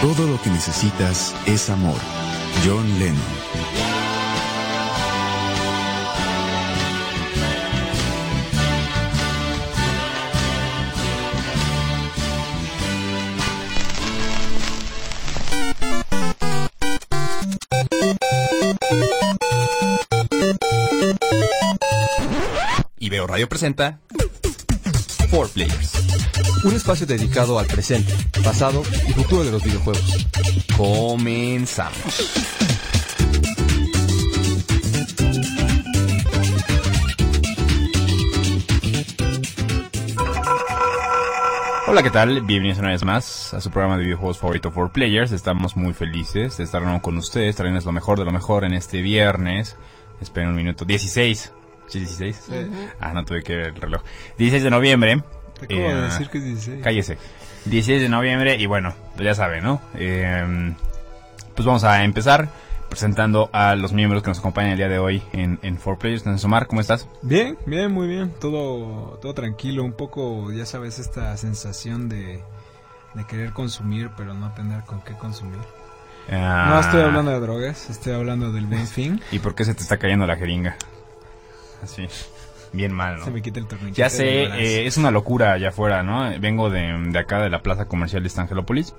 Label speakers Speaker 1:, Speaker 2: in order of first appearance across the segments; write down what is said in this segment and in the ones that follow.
Speaker 1: Todo lo que necesitas es amor. John Lennon.
Speaker 2: Y veo Radio presenta Four Players.
Speaker 3: Un espacio dedicado al presente, pasado y futuro de los videojuegos.
Speaker 2: Comenzamos. Hola, ¿qué tal? Bienvenidos una vez más a su programa de videojuegos favorito for Players. Estamos muy felices de estar de nuevo con ustedes, traerles lo mejor de lo mejor en este viernes. Esperen un minuto. 16. ¿Sí, 16? Ah, no tuve que ver el reloj. 16 de noviembre.
Speaker 3: ¿Cómo
Speaker 2: Eh,
Speaker 3: decir que 16?
Speaker 2: Cállese. 16 de noviembre y bueno, pues ya saben, ¿no? Eh, pues vamos a empezar presentando a los miembros que nos acompañan el día de hoy en, en 4Players. Entonces, Omar, ¿cómo estás?
Speaker 3: Bien, bien, muy bien. Todo, todo tranquilo. Un poco, ya sabes, esta sensación de, de querer consumir, pero no tener con qué consumir. No
Speaker 2: Ah,
Speaker 3: estoy hablando de drogas, estoy hablando del buen fin.
Speaker 2: ¿Y por qué se te está cayendo la jeringa? Así. Bien mal, ¿no?
Speaker 3: Se me quita el tornillo.
Speaker 2: Ya sé, eh, es una locura allá afuera, ¿no? Vengo de, de acá, de la plaza comercial de Estangelópolis.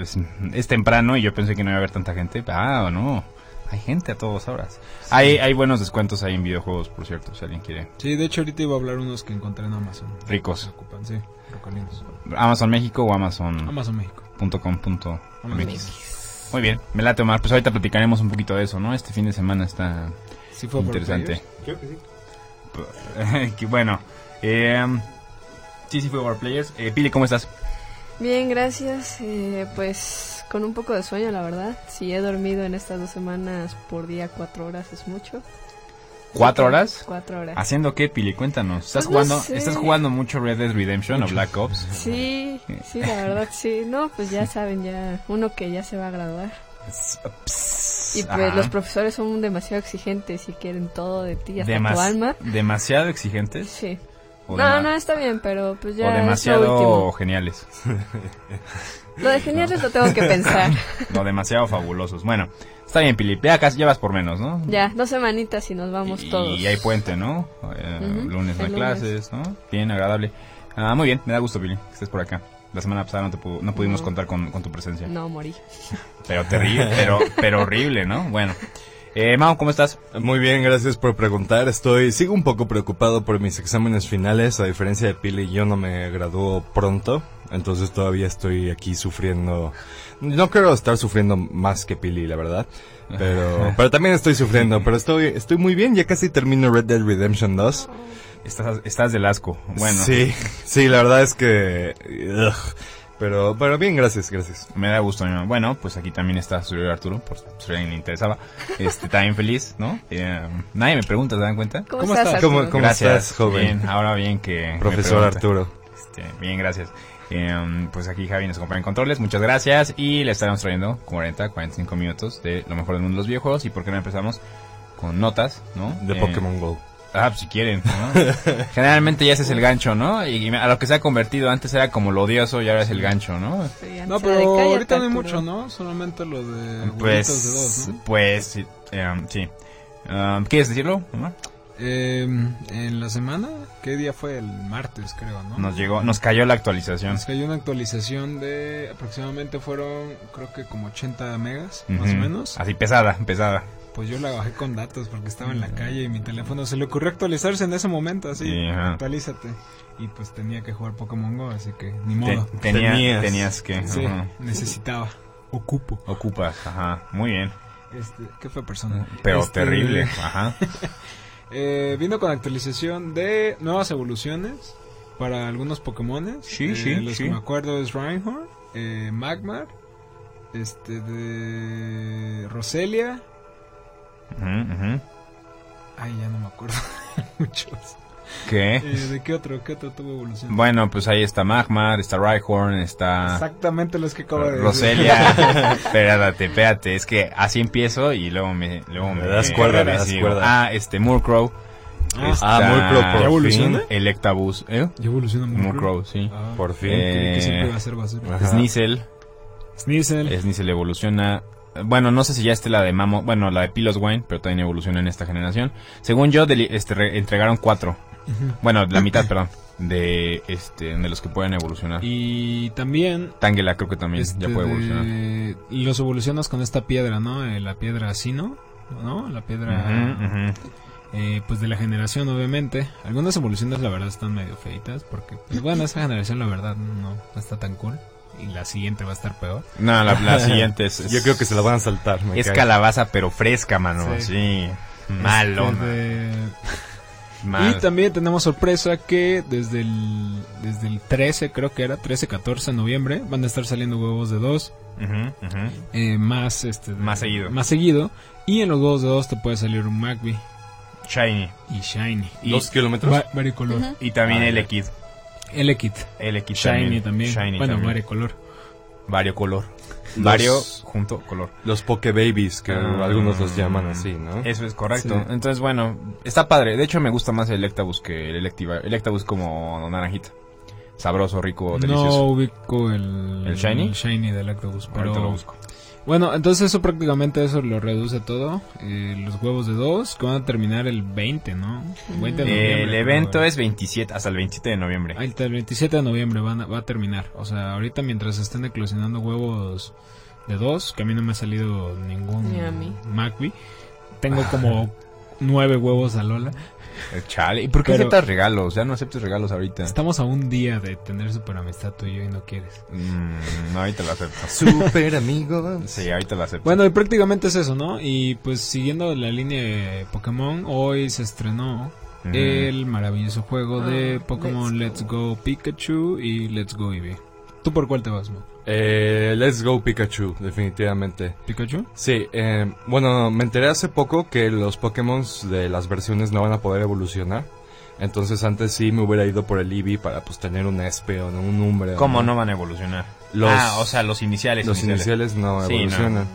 Speaker 2: Es, es temprano y yo pensé que no iba a haber tanta gente. Ah, no. Hay gente a todas horas. Hay, hay buenos descuentos ahí en videojuegos, por cierto, si alguien quiere.
Speaker 3: Sí, de hecho ahorita iba a hablar unos que encontré en Amazon.
Speaker 2: Ricos.
Speaker 3: Ocupan, sí, localinos.
Speaker 2: Amazon México o Amazon.com.mx.
Speaker 3: Amazon México. Amazon México.
Speaker 2: Muy bien, me late Omar. Pues ahorita platicaremos un poquito de eso, ¿no? Este fin de semana está
Speaker 3: Sí fue por
Speaker 2: interesante.
Speaker 3: players.
Speaker 2: Creo que sí. bueno, eh, sí, sí fue War Players. Eh, Pili, ¿cómo estás?
Speaker 4: Bien, gracias. Eh, pues con un poco de sueño, la verdad. Si he dormido en estas dos semanas por día cuatro horas es mucho.
Speaker 2: ¿Cuatro horas? Ah,
Speaker 4: Cuatro horas.
Speaker 2: ¿Haciendo qué, Pili? Cuéntanos. ¿Estás,
Speaker 4: Pues no
Speaker 2: jugando,
Speaker 4: sé.
Speaker 2: ¿Estás jugando mucho Red Dead Redemption o Black Ops?
Speaker 4: Sí, sí, la verdad sí. No, pues ya saben, ya uno que ya se va a graduar. Y pues
Speaker 2: Ajá.
Speaker 4: los profesores son demasiado exigentes y quieren todo de ti, hasta
Speaker 2: Demas-
Speaker 4: tu alma.
Speaker 2: ¿Demasiado exigentes?
Speaker 4: Sí.
Speaker 2: O
Speaker 4: no,
Speaker 2: dema-
Speaker 4: no, está bien, pero pues ya
Speaker 2: o
Speaker 4: es lo
Speaker 2: demasiado
Speaker 4: último.
Speaker 2: geniales.
Speaker 4: Lo de geniales lo tengo que pensar.
Speaker 2: No, demasiado fabulosos. Bueno, está bien, Pili. Ya casi llevas por menos, ¿no?
Speaker 4: ya, dos semanitas y nos vamos
Speaker 2: y,
Speaker 4: todos.
Speaker 2: hay puente, ¿no? Eh,
Speaker 4: Ujú,
Speaker 2: lunes no hay
Speaker 4: el lunes.
Speaker 2: clases, ¿no? Bien, agradable. Ah, muy bien, me da gusto, Billy, que estés por acá. La semana pasada no, te pudo- no pudimos
Speaker 4: No.
Speaker 2: contar con, con tu presencia.
Speaker 4: No, morí.
Speaker 2: Pero terrible, pero, pero horrible, ¿no? Bueno. Eh, Mau, ¿cómo estás?
Speaker 5: Muy bien, gracias por preguntar. Estoy, sigo un poco preocupado por mis exámenes finales. A diferencia de Pili, yo no me graduó pronto. Entonces todavía estoy aquí sufriendo. No creo estar sufriendo más que Pili, la verdad. Pero, pero también estoy sufriendo. Pero estoy, estoy muy bien. Ya casi termino Red Dead Redemption 2.
Speaker 2: Estás, estás del asco. Bueno,
Speaker 5: Sí, sí, la verdad es que. ugh. Pero, pero bien, gracias, gracias.
Speaker 2: me da gusto. ¿no? Bueno, pues aquí también está Suriel Arturo, por si a alguien le interesaba. Este, también feliz, ¿no? Eh, nadie me pregunta, ¿se dan cuenta?
Speaker 4: ¿Cómo,
Speaker 3: ¿Cómo
Speaker 4: estás?
Speaker 3: estás?
Speaker 4: Arturo?
Speaker 5: ¿Cómo- cómo estás, joven?
Speaker 2: Bien, ahora bien que... me
Speaker 5: Profesor
Speaker 2: pregunta.
Speaker 5: Arturo.
Speaker 2: Este, bien, gracias. Em, pues aquí Javi nos acompaña en controles, muchas gracias. Y le estaremos trayendo 40, 45 minutos de lo mejor del mundo de los videojuegos. ¿Y por qué no empezamos con notas, no?
Speaker 5: De
Speaker 2: Eh,
Speaker 5: Pokémon Go.
Speaker 2: Ah, pues si quieren, ¿no? Generalmente ya ese es el gancho, ¿no? Y y a lo que se ha convertido antes era como lo odioso y ahora es el gancho, ¿no?
Speaker 4: Sí, ya
Speaker 3: No,
Speaker 4: se la de
Speaker 3: pero
Speaker 4: cállate,
Speaker 3: ahorita no hay
Speaker 4: Arturo.
Speaker 3: mucho, ¿no? Solamente lo de huevitos de dos,
Speaker 2: Pues,
Speaker 3: ¿no?
Speaker 2: pues, sí. em, sí. Em, ¿Quieres decirlo? Omar?
Speaker 3: Eh, en la semana, ¿qué día fue? El martes, creo, ¿no?
Speaker 2: Nos llegó, nos cayó la actualización.
Speaker 3: Es que hay una actualización de aproximadamente fueron, creo que como 80 megas, más o
Speaker 2: Ujú. Ah.
Speaker 3: menos.
Speaker 2: Así pesada, pesada.
Speaker 3: Pues yo la bajé con datos porque estaba en la calle y mi teléfono se le ocurrió actualizarse en ese momento, así,
Speaker 2: Sí, ajá.
Speaker 3: actualízate. Y pues tenía que jugar Pokémon Go, así que ni
Speaker 2: Te-
Speaker 3: modo.
Speaker 2: tenía- tenías.
Speaker 5: Tenías.
Speaker 2: que.
Speaker 3: Sí,
Speaker 2: ajá.
Speaker 3: necesitaba. Ocupo.
Speaker 2: Ocupas, ajá. Muy bien.
Speaker 3: Este, ¿Qué fue persona?
Speaker 2: Pero
Speaker 3: Este,
Speaker 2: terrible, ajá.
Speaker 3: Eh, vino con actualización de nuevas evoluciones para algunos Pokémones.
Speaker 2: Sí,
Speaker 3: Eh,
Speaker 2: sí,
Speaker 3: Los
Speaker 2: sí.
Speaker 3: que me acuerdo es Reinhardt, eh, Magmar, este de Roselia.
Speaker 2: Ujú, ujú.
Speaker 3: Ay, ya no me acuerdo muchos. Eh,
Speaker 2: ¿Qué?
Speaker 3: ¿De qué otro? ¿Qué otro tuvo evolución?
Speaker 2: Bueno, pues ahí está Magmar, está Rhyhorn, está
Speaker 3: Exactamente los que acabo de decir.
Speaker 2: Roselia. espérate, espérate, es que así empiezo y luego me luego
Speaker 5: Me
Speaker 2: me
Speaker 5: das cuerda,
Speaker 2: me
Speaker 5: me das
Speaker 2: sigo.
Speaker 5: cuerda.
Speaker 2: Ah, este Murkrow.
Speaker 3: Ah.
Speaker 2: está
Speaker 5: Ah, Murkrow, por
Speaker 3: ¿Ya evoluciona?
Speaker 2: Electabuzz, ¿eh?
Speaker 3: ¿Ya evoluciona Murkrow?
Speaker 2: Murkrow, sí.
Speaker 3: Ah,
Speaker 5: Por fin.
Speaker 3: creí que
Speaker 2: Eh,
Speaker 3: siempre iba a ser basura.
Speaker 5: Ajá.
Speaker 2: Sneasel,
Speaker 3: Sneasel.
Speaker 2: Sneasel evoluciona. Bueno, no sé si ya esté la de Mamo, bueno, la de Pilos Wine, pero también evoluciona en esta generación. Según yo, deli- este, re- entregaron cuatro. Bueno, la mitad, perdón, de este, de los que pueden evolucionar. Y
Speaker 3: Y también.
Speaker 2: Tangela creo que también
Speaker 3: este,
Speaker 2: ya puede evolucionar.
Speaker 3: de- los evolucionas con esta piedra, ¿no? Eh, la piedra Sino, ¿no? La piedra.
Speaker 2: Ujú, ujú.
Speaker 3: eh, pues de la generación, obviamente. Algunas evoluciones, la verdad, están medio feitas. Porque, pues bueno, esa generación, la verdad, no, no está tan cool. Y la siguiente va a estar peor.
Speaker 2: No, la, la siguiente es,
Speaker 5: Yo creo que se la van a saltar. me
Speaker 2: es
Speaker 5: cae.
Speaker 2: calabaza, pero fresca, mano.
Speaker 3: Sí.
Speaker 2: Sí. Malo,
Speaker 3: Este,
Speaker 2: man,
Speaker 3: de-
Speaker 2: mal.
Speaker 3: Y también tenemos sorpresa que desde el, desde el 13, creo que era 13, 14 de noviembre, van a estar saliendo huevos de dos
Speaker 2: Ujú, ujú.
Speaker 3: eh, más, este,
Speaker 2: Más seguido.
Speaker 3: Más seguido. Y en los huevos de dos te puede salir un Magby
Speaker 2: Shiny.
Speaker 3: y Shiny.
Speaker 2: Y,
Speaker 5: ¿Dos kilómetros?
Speaker 3: Va- varicolor.
Speaker 4: Ujú.
Speaker 2: y también
Speaker 5: Ah,
Speaker 2: el
Speaker 5: ya.
Speaker 2: Equid.
Speaker 3: El Kit.
Speaker 2: El Equid
Speaker 3: Shiny también.
Speaker 2: Shiny
Speaker 3: bueno,
Speaker 2: también.
Speaker 3: varicolor.
Speaker 2: Vario color. Vario
Speaker 5: Los-
Speaker 2: junto color.
Speaker 5: Los Poke Babies, que
Speaker 2: Ah.
Speaker 5: algunos los llaman así, ¿no?
Speaker 2: Eso es correcto.
Speaker 3: Sí.
Speaker 2: Entonces, bueno, está padre. De hecho, me gusta más el Electabuzz que el Electiva. El Electabuzz como naranjita. Sabroso, rico,
Speaker 3: No
Speaker 2: Oh, delicioso.
Speaker 3: ubico el,
Speaker 2: ¿El Shiny?
Speaker 3: Shiny del Octopus,
Speaker 2: Ahorita lo
Speaker 3: pero
Speaker 2: busco.
Speaker 3: Bueno, entonces eso prácticamente eso lo reduce todo. Eh, los huevos de dos que van a terminar el 20, ¿no? El 20 de noviembre,
Speaker 2: el
Speaker 3: creo,
Speaker 2: evento
Speaker 3: ¿verdad?
Speaker 2: es 27, hasta el 27 de noviembre.
Speaker 3: Ah, El 27 de noviembre van a- va a terminar. O sea, ahorita mientras estén eclosionando huevos de dos, que a mí no me ha salido ningún
Speaker 4: Ni a mí.
Speaker 3: Macbi, tengo como nueve huevos a Lola.
Speaker 2: Eh, Chale. ¿Y por qué
Speaker 3: Pero-
Speaker 2: aceptas regalos? Ya no aceptes regalos ahorita.
Speaker 3: Estamos a un día de tener super amistad tú y yo y no quieres.
Speaker 2: Mm, no, ahorita lo acepto.
Speaker 5: Super amigos.
Speaker 2: Sí, ahorita lo acepto.
Speaker 3: Bueno, y prácticamente es eso, ¿no? Y pues siguiendo la línea de Pokémon, hoy se estrenó
Speaker 2: Ujú.
Speaker 5: eh,
Speaker 3: el maravilloso juego
Speaker 4: Ah,
Speaker 3: de Pokémon Let's
Speaker 4: Let's
Speaker 3: Go. Pikachu y Let's Go Eevee. ¿Tú por cuál te vas, Mo?
Speaker 5: Eh, let's go Pikachu, definitivamente.
Speaker 3: ¿Pikachu?
Speaker 5: Sí, eh, bueno, me enteré hace poco que los Pokémon de las versiones no van a poder evolucionar. Entonces antes sí me hubiera ido por el Eevee para pues tener un Espeon, un Umbreon.
Speaker 2: ¿Cómo no van a evolucionar?
Speaker 5: Los-
Speaker 2: ah, o sea, los iniciales.
Speaker 5: Los iniciales no
Speaker 2: Sí, no.
Speaker 5: evolucionan.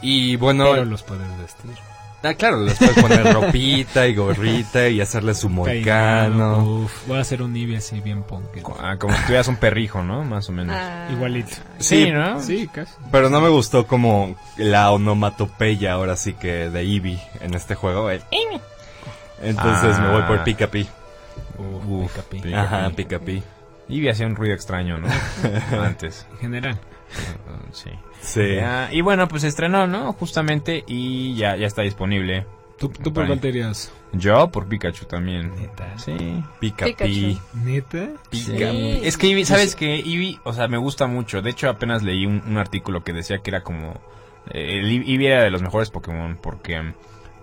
Speaker 5: Y bueno,
Speaker 3: Pero los puedes vestir.
Speaker 5: ah, claro, les puedes poner ropita y gorrita y hacerle su moicano.
Speaker 3: Peinado, uf, voy a hacer un Eevee así bien punk.
Speaker 2: Ah, como si tuvieras un perrijo, ¿no? Más o menos.
Speaker 4: Ah,
Speaker 3: Igualito.
Speaker 2: Sí, ¿no?
Speaker 3: Sí, casi.
Speaker 5: Pero no me gustó como la onomatopeya ahora sí que de Eevee en este juego. el Eevee. Entonces
Speaker 2: Ah.
Speaker 5: me voy por Pikapi.
Speaker 3: Uf, Pikapi.
Speaker 2: Pikachu.
Speaker 5: Ajá, Pikapi.
Speaker 2: Y hacía un ruido extraño, ¿no? Antes.
Speaker 3: En general.
Speaker 2: Ah, Sí.
Speaker 5: Sí.
Speaker 2: Ya, y bueno, pues se estrenó, ¿no? Justamente y ya, ya está disponible.
Speaker 3: ¿Tú, tú por
Speaker 2: Bye.
Speaker 3: cuál te irías?
Speaker 2: Yo por Pikachu también.
Speaker 3: Neta.
Speaker 2: Sí.
Speaker 5: Pikapi.
Speaker 4: Pikachu.
Speaker 3: ¿Neta?
Speaker 4: Sí.
Speaker 2: Es que Eevee, ¿sabes qué? Eevee, o sea, me gusta mucho. De hecho, apenas leí un, un artículo que decía que era como... eh, el Eevee- Eevee era de los mejores Pokémon porque mm,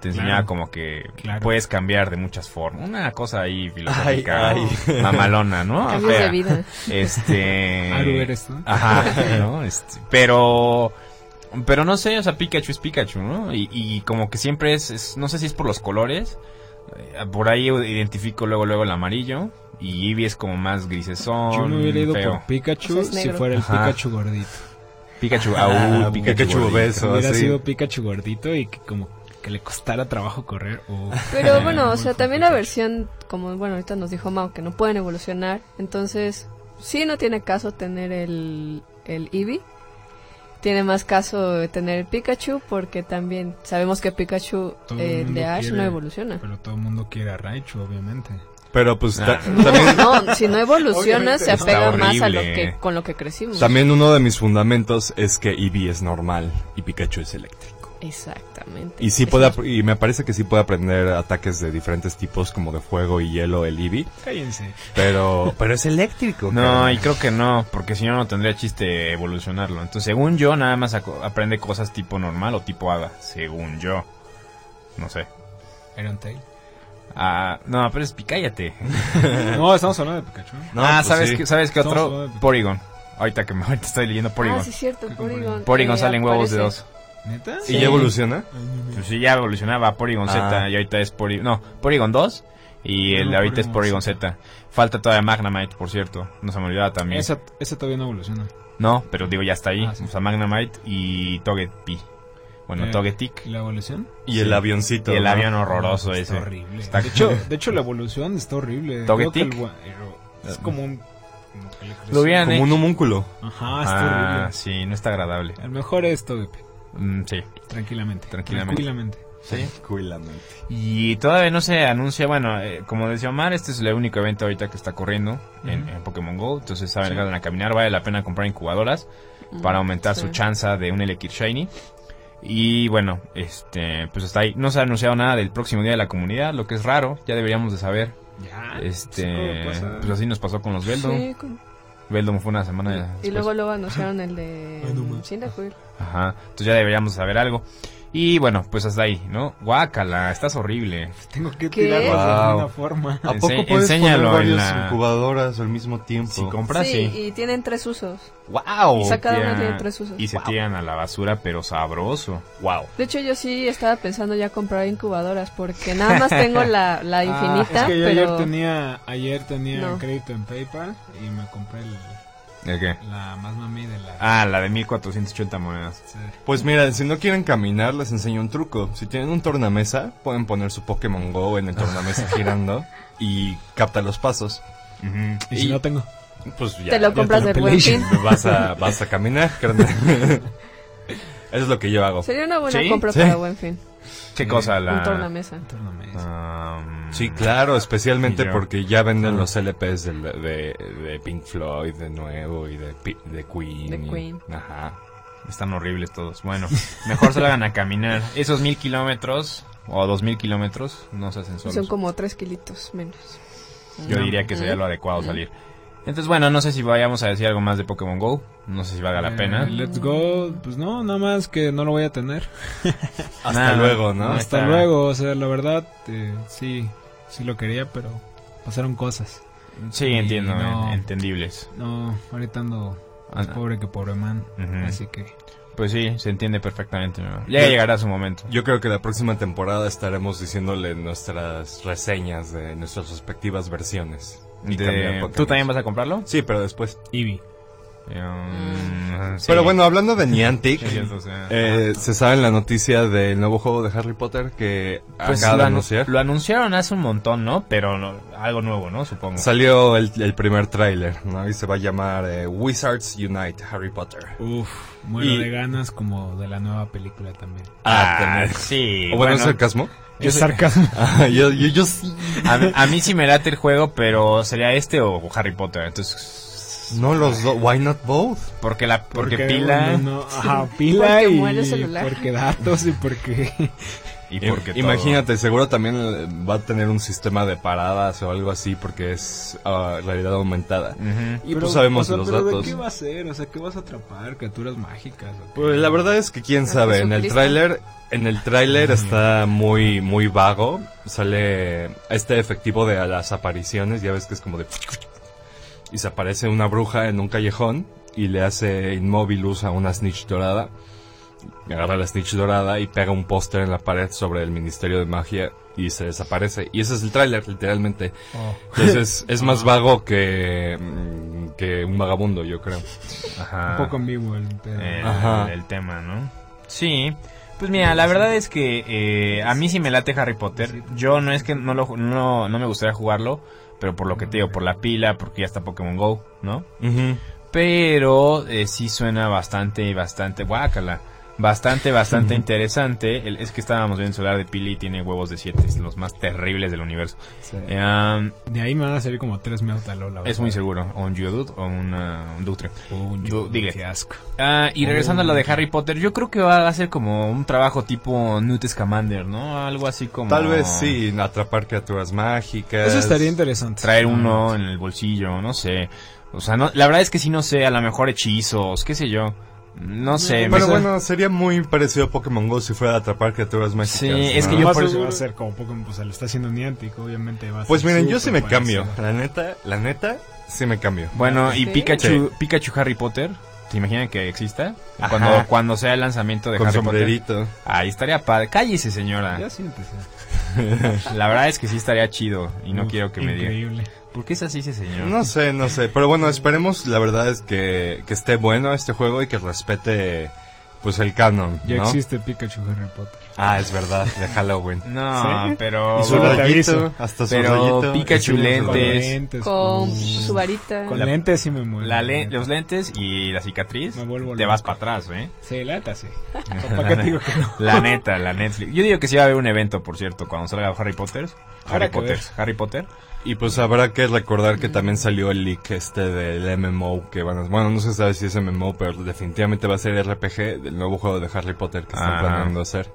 Speaker 2: te enseñaba
Speaker 3: Claro.
Speaker 2: como que
Speaker 3: Claro.
Speaker 2: puedes cambiar de muchas formas. Una cosa ahí filosófica,
Speaker 5: Ay,
Speaker 2: mamalona, ¿no?
Speaker 4: Cambios
Speaker 2: Fea.
Speaker 4: de vida.
Speaker 2: Este...
Speaker 3: Aru Ah, eres tú.
Speaker 2: Ajá, ¿no? Este, pero. Pero no sé, o sea, Pikachu es Pikachu, ¿no? Y, y como que siempre es, es- No sé si es por los colores. eh, Por ahí identifico luego, luego el amarillo. Y Eevee es como más grisesón.
Speaker 3: Yo me hubiera ido
Speaker 2: feo.
Speaker 3: por Pikachu
Speaker 4: O sea, es
Speaker 3: si
Speaker 4: negro.
Speaker 3: fuera el
Speaker 2: Ajá.
Speaker 3: Pikachu gordito.
Speaker 2: Pikachu,
Speaker 5: Ah,
Speaker 2: au, Pikachu,
Speaker 5: Pikachu
Speaker 2: gordito.
Speaker 5: obeso. Eso,
Speaker 3: hubiera
Speaker 5: sí.
Speaker 3: sido Pikachu gordito y que como que le costara trabajo correr. uf.
Speaker 4: Pero bueno, o
Speaker 3: Muy
Speaker 4: sea, también la
Speaker 3: complicado.
Speaker 4: versión, como bueno, ahorita nos dijo Mao, que no pueden evolucionar. Entonces, sí no tiene caso tener el, el Eevee. Tiene más caso tener el Pikachu porque también sabemos que Pikachu
Speaker 3: Todo el
Speaker 4: eh, el de
Speaker 3: mundo
Speaker 4: Ash
Speaker 3: quiere-
Speaker 4: no evoluciona.
Speaker 3: Pero todo el mundo quiere a Raichu, obviamente.
Speaker 5: Pero pues ta-
Speaker 2: Ah.
Speaker 5: también,
Speaker 4: No, si no evoluciona se
Speaker 2: Está
Speaker 4: apega más a lo
Speaker 2: horrible.
Speaker 4: que con lo que crecimos.
Speaker 5: también uno de mis fundamentos es que Eevee es normal y Pikachu es eléctrico.
Speaker 4: Exactamente.
Speaker 5: Y sí
Speaker 4: Es
Speaker 5: puede,
Speaker 4: más-
Speaker 5: ap- y me parece que sí puede aprender ataques de diferentes tipos como de fuego y hielo el Eevee,
Speaker 3: Cállense.
Speaker 5: pero pero es eléctrico.
Speaker 2: No,
Speaker 5: caray.
Speaker 2: y creo que no, porque si no, no tendría chiste evolucionarlo. Entonces, según yo, nada más aco- aprende cosas tipo normal o tipo hada. Según yo. No sé.
Speaker 3: Iron Tail.
Speaker 2: Ah, no, pero es picállate.
Speaker 3: No, estamos hablando de Pikachu.
Speaker 5: No,
Speaker 2: ah,
Speaker 5: pues
Speaker 2: ¿sabes,
Speaker 5: sí.
Speaker 2: qué, ¿sabes qué
Speaker 3: Estamos
Speaker 2: otro?
Speaker 3: jugando.
Speaker 2: Porygon. Ahorita que me ahorita estoy leyendo Porygon.
Speaker 4: Ah, sí, cierto,
Speaker 3: ¿Qué
Speaker 4: Porygon.
Speaker 2: Porygon
Speaker 4: eh,
Speaker 2: salen huevos de
Speaker 4: aparece.
Speaker 2: dos.
Speaker 3: ¿Neta?
Speaker 5: ¿Y ya evoluciona?
Speaker 2: Pues sí, ya evolucionaba a Porygon
Speaker 5: Ah.
Speaker 2: Z y ahorita es Porygon... No, Porygon 2 y el
Speaker 3: No,
Speaker 2: de ahorita es Porygon
Speaker 3: Porygon
Speaker 2: Z. Falta todavía Magnamite, por cierto. No se me olvidaba también.
Speaker 3: Esa, esa todavía no evoluciona.
Speaker 2: No, pero digo, ya está ahí.
Speaker 3: Ah, sí.
Speaker 2: O sea, Magnamite y Togepi. Bueno,
Speaker 3: Eh,
Speaker 2: Togetic.
Speaker 3: ¿Y la evolución?
Speaker 5: Y el
Speaker 2: Sí.
Speaker 5: avioncito.
Speaker 2: Y el
Speaker 5: ¿no?
Speaker 2: avión horroroso
Speaker 3: Ah, está
Speaker 2: ese.
Speaker 3: horrible.
Speaker 2: Está-
Speaker 3: De, hecho, de hecho, la evolución está horrible. Creo que
Speaker 2: ¿Togetic?
Speaker 3: el gua- el- Es como un
Speaker 6: como que le creció.
Speaker 2: Mm. Lo hubieran
Speaker 5: Como
Speaker 2: hecho.
Speaker 5: un homúnculo.
Speaker 6: Ajá, está
Speaker 2: Ah, sí, no está agradable.
Speaker 6: horrible. El mejor es Togepi,
Speaker 2: Mm, sí.
Speaker 6: tranquilamente.
Speaker 2: Tranquilamente.
Speaker 6: Tranquilamente.
Speaker 5: Sí. Cuilamente.
Speaker 2: Y todavía no se anuncia, bueno, eh, como decía Omar, este es el único evento ahorita que está corriendo en, en Pokémon Go. Entonces saben, ganan a caminar, vale la pena comprar incubadoras para aumentar
Speaker 4: sí.
Speaker 2: su chance de un Elekir Shiny. Y bueno, este, pues hasta ahí. No se ha anunciado nada del próximo día de la comunidad, lo que es raro, ya deberíamos de saber.
Speaker 4: Ah,
Speaker 6: Ya.
Speaker 2: Este,
Speaker 6: pues, ¿cómo pasa?
Speaker 2: pues así nos pasó con los Veldom.
Speaker 4: Sí, con-
Speaker 2: Veldom fue una semana después.
Speaker 4: Y luego luego anunciaron el de
Speaker 6: Ay, no más.
Speaker 4: Cyndaquil.
Speaker 2: Ajá, entonces ya deberíamos saber algo. Y bueno, pues hasta ahí, ¿no? Guácala, estás horrible.
Speaker 6: Tengo que
Speaker 4: ¿Qué?
Speaker 6: tirarlos de
Speaker 5: Wow.
Speaker 6: alguna forma.
Speaker 5: ¿A poco
Speaker 2: Ense-
Speaker 5: puedes
Speaker 2: enséñalo en
Speaker 5: poner varias
Speaker 2: la-
Speaker 5: incubadoras al mismo tiempo?
Speaker 2: Si compras, sí.
Speaker 4: Sí, y tienen tres usos.
Speaker 2: ¡Wow!
Speaker 4: Y saca
Speaker 2: Tira-
Speaker 4: una de tres usos.
Speaker 2: Y se
Speaker 4: Wow.
Speaker 2: tiran a la basura, pero sabroso. ¡Wow!
Speaker 4: De hecho, yo sí estaba pensando ya comprar incubadoras porque nada más tengo la,
Speaker 2: Ah,
Speaker 4: la infinita,
Speaker 6: es que yo
Speaker 4: pero
Speaker 6: ayer tenía, ayer tenía
Speaker 4: No.
Speaker 6: crédito en PayPal y me compré el-
Speaker 2: ¿El qué?
Speaker 6: la más mami de la.
Speaker 2: Ah, la de 1480 monedas.
Speaker 6: Sí.
Speaker 5: Pues mira, si no quieren caminar, les enseño un truco. Si tienen un tornamesa, pueden poner su Pokémon Go en el tornamesa girando y capta los pasos.
Speaker 2: Ujú.
Speaker 6: Y, si
Speaker 5: Y-
Speaker 6: no tengo.
Speaker 5: Pues ya.
Speaker 4: te lo
Speaker 5: ya
Speaker 4: compras
Speaker 5: te
Speaker 4: de
Speaker 5: lo
Speaker 4: buen
Speaker 5: peleas.
Speaker 4: fin.
Speaker 5: Vas a, vas a caminar, carnal. Eso es lo que yo hago.
Speaker 4: Sería una buena
Speaker 2: Sí,
Speaker 4: compra
Speaker 5: sí.
Speaker 4: para buen fin.
Speaker 2: ¿Qué cosa? La... um,
Speaker 4: Un tornamesa.
Speaker 6: Tornamesa.
Speaker 2: Am,
Speaker 5: Sí, claro, especialmente
Speaker 2: Y yo.
Speaker 5: porque ya venden los LPs del- de, de Pink Floyd de nuevo y de, Pi- de Queen.
Speaker 4: De
Speaker 5: y-
Speaker 4: Queen.
Speaker 5: Ajá.
Speaker 2: Están horribles todos. Bueno, mejor salgan a caminar. Esos mil kilómetros o dos mil kilómetros no se hacen solos.
Speaker 4: Son como tres kilitos menos.
Speaker 2: Yo
Speaker 6: No.
Speaker 2: diría que sería lo adecuado salir. Entonces, bueno, no sé si vayamos a decir algo más de Pokémon Go. No sé si valga la
Speaker 6: Eh,
Speaker 2: pena.
Speaker 6: Let's go. Pues no, nada más que no lo voy a tener.
Speaker 5: Hasta
Speaker 2: Nah,
Speaker 5: luego, ¿no?
Speaker 2: no
Speaker 6: Hasta
Speaker 2: Ah, está.
Speaker 6: luego. O sea, la verdad, eh, sí, sí lo quería, pero pasaron cosas.
Speaker 2: Sí,
Speaker 6: Y
Speaker 2: entiendo,
Speaker 6: no.
Speaker 2: en- entendibles.
Speaker 6: No, ahorita ando más
Speaker 2: Ah.
Speaker 6: pobre que pobre man.
Speaker 2: Ujú.
Speaker 6: Así que.
Speaker 2: Pues sí, se entiende perfectamente. mi amor. Ya llegará su momento.
Speaker 5: Yo creo que la próxima temporada estaremos diciéndole nuestras reseñas de nuestras respectivas versiones. Y
Speaker 2: De-
Speaker 5: cambiar Pokémon.
Speaker 2: ¿Tú también vas a comprarlo?
Speaker 5: Sí, pero después.
Speaker 6: Eevee.
Speaker 2: Um, sí.
Speaker 5: Pero bueno, hablando de Niantic,
Speaker 2: Sí, cierto, o sea.
Speaker 5: eh, se sabe la noticia del nuevo juego de Harry Potter que
Speaker 2: Pues
Speaker 5: acaba
Speaker 2: lo,
Speaker 5: de
Speaker 2: anu-
Speaker 5: anunciar.
Speaker 2: lo anunciaron hace un montón, ¿no? Pero no- algo nuevo, ¿no? Supongo.
Speaker 5: Salió el, el primer tráiler, ¿no? Y se va a llamar eh, Wizards Unite Harry Potter.
Speaker 6: Uf, muero
Speaker 5: Y-
Speaker 6: de ganas como de la nueva película también.
Speaker 5: Ah,
Speaker 2: sí.
Speaker 5: ¿O bueno,
Speaker 2: bueno,
Speaker 5: es sarcasmo?
Speaker 6: Es sarcasmo.
Speaker 5: Ah, yo, yo, yo sí.
Speaker 2: a, mí- a mí sí me late el juego, pero sería este o Harry Potter. Entonces,
Speaker 5: No los dos. Why not both?
Speaker 2: porque la porque, pila
Speaker 6: uno no- ajá, pila
Speaker 4: Porque
Speaker 6: y
Speaker 4: muere el celular.
Speaker 6: porque datos y porque
Speaker 2: y porque
Speaker 5: Im-
Speaker 2: todo.
Speaker 5: Imagínate, seguro también eh, va a tener un sistema de paradas o algo así porque es ah, realidad aumentada.
Speaker 2: Ujú.
Speaker 5: Y
Speaker 6: Pero,
Speaker 5: pues sabemos
Speaker 6: o sea,
Speaker 5: los
Speaker 6: pero
Speaker 5: datos.
Speaker 6: ¿de qué va a ser? O sea, ¿qué vas a atrapar? ¿Criaturas mágicas? o qué?
Speaker 5: Pues la verdad es que quién sabe, en el
Speaker 4: Jesucristo.
Speaker 5: tráiler, en el tráiler está muy muy vago, sale este efectivo de las apariciones, ya ves que es como de y se aparece una bruja en un callejón y le hace inmovilus a una snitch dorada. Agarra la snitch dorada y pega un póster en la pared sobre el Ministerio de Magia y se desaparece. Y ese es el tráiler, literalmente.
Speaker 6: Oh.
Speaker 5: Entonces es más vago que, mm, que un vagabundo, yo creo.
Speaker 2: Ajá.
Speaker 6: Un poco ambiguo el pedo.
Speaker 2: el,
Speaker 5: Ajá.
Speaker 2: el tema, ¿no? Sí. Pues mira, la verdad es que eh, a mí sí me late Harry Potter. Yo no es que no, lo, ju- no, no me gustaría jugarlo, pero por lo que te digo, por la pila, porque ya está Pokémon Go, ¿no?
Speaker 5: Ujú.
Speaker 2: Pero eh, sí suena bastante, bastante guácala. Bastante, bastante interesante. El- es que estábamos viendo el celular de Pili y tiene huevos de siete, es los más terribles del universo. Eh, um,
Speaker 6: De ahí me van a salir como tres meotalola.
Speaker 2: es muy seguro, o un Geodude o una- un Ductre. Yo- dile.
Speaker 6: Qué asco.
Speaker 2: Ah, y regresando
Speaker 6: Oh.
Speaker 2: a lo de Harry Potter, yo creo que va a ser como un trabajo tipo Newt Scamander, ¿no? Algo así como...
Speaker 5: Tal vez sí, atrapar criaturas mágicas.
Speaker 6: Eso estaría interesante. Ah,
Speaker 2: Traer uno en el bolsillo, no sé. O sea, no, la verdad es que sí, no sé, a lo mejor hechizos, qué sé yo. No sé. me-
Speaker 5: Mm, Eh, Pero bueno, sería muy parecido a Pokémon Go si fuera a atrapar criaturas mágicas.
Speaker 2: Sí,
Speaker 5: ¿no?
Speaker 2: es que
Speaker 6: Lo
Speaker 2: yo
Speaker 6: más
Speaker 2: por
Speaker 6: seguro
Speaker 2: eso-
Speaker 6: va a ser como Pokémon, pues lo está haciendo Niantic, obviamente va a
Speaker 5: Pues
Speaker 6: ser
Speaker 5: miren, yo sí
Speaker 6: súper
Speaker 5: me cambio.
Speaker 6: parecido.
Speaker 5: La neta, la neta, sí me cambio.
Speaker 2: Bueno, y
Speaker 4: Sí.
Speaker 2: Pikachu, Pikachu Harry Potter, ¿te imaginan que exista?
Speaker 5: Ajá.
Speaker 2: Cuando, cuando sea el lanzamiento de
Speaker 5: Con
Speaker 2: Harry Potter.
Speaker 5: sombrerito.
Speaker 2: Ahí estaría padre. Cállese,
Speaker 6: Ya
Speaker 2: señora.
Speaker 6: siéntese.
Speaker 2: La verdad es que sí estaría chido y no quiero que me diga.
Speaker 6: Increíble.
Speaker 2: ¿Por qué es así ese señor?
Speaker 5: No sé, no sé. Pero bueno, esperemos, la verdad es que, que esté bueno este juego y que respete pues el canon,
Speaker 3: Ya
Speaker 5: ¿no?
Speaker 3: existe Pikachu Harry Potter.
Speaker 5: Ah, es verdad, de Halloween.
Speaker 2: No, pero.
Speaker 5: Y su
Speaker 3: Ahora te
Speaker 5: rollito,
Speaker 3: aviso.
Speaker 5: hasta su
Speaker 2: Pero
Speaker 5: rollito.
Speaker 2: Pikachu
Speaker 5: Y su
Speaker 2: lentes.
Speaker 3: Con
Speaker 5: rollito.
Speaker 3: lentes.
Speaker 2: Mm.
Speaker 4: Con
Speaker 3: con-
Speaker 4: su varita.
Speaker 3: Con
Speaker 2: la-
Speaker 3: lentes sí me muero.
Speaker 2: La le- los lentes y la cicatriz,
Speaker 3: Me vuelvo
Speaker 2: te vas
Speaker 3: loco.
Speaker 2: para atrás, ¿eh?
Speaker 3: Sí, lata, sí. ¿Para qué te digo que no?
Speaker 2: La neta, la Netflix. Yo digo que sí va a haber un evento, por cierto, cuando salga Harry Potter. Harry
Speaker 3: Habrá que
Speaker 2: Potter. Harry Potter.
Speaker 5: Y pues habrá que recordar que también salió el leak este del MMO que van a... Bueno, no se sabe si es MMO, pero definitivamente va a ser RPG del nuevo juego de Harry Potter que están
Speaker 2: Ah.
Speaker 5: planeando hacer.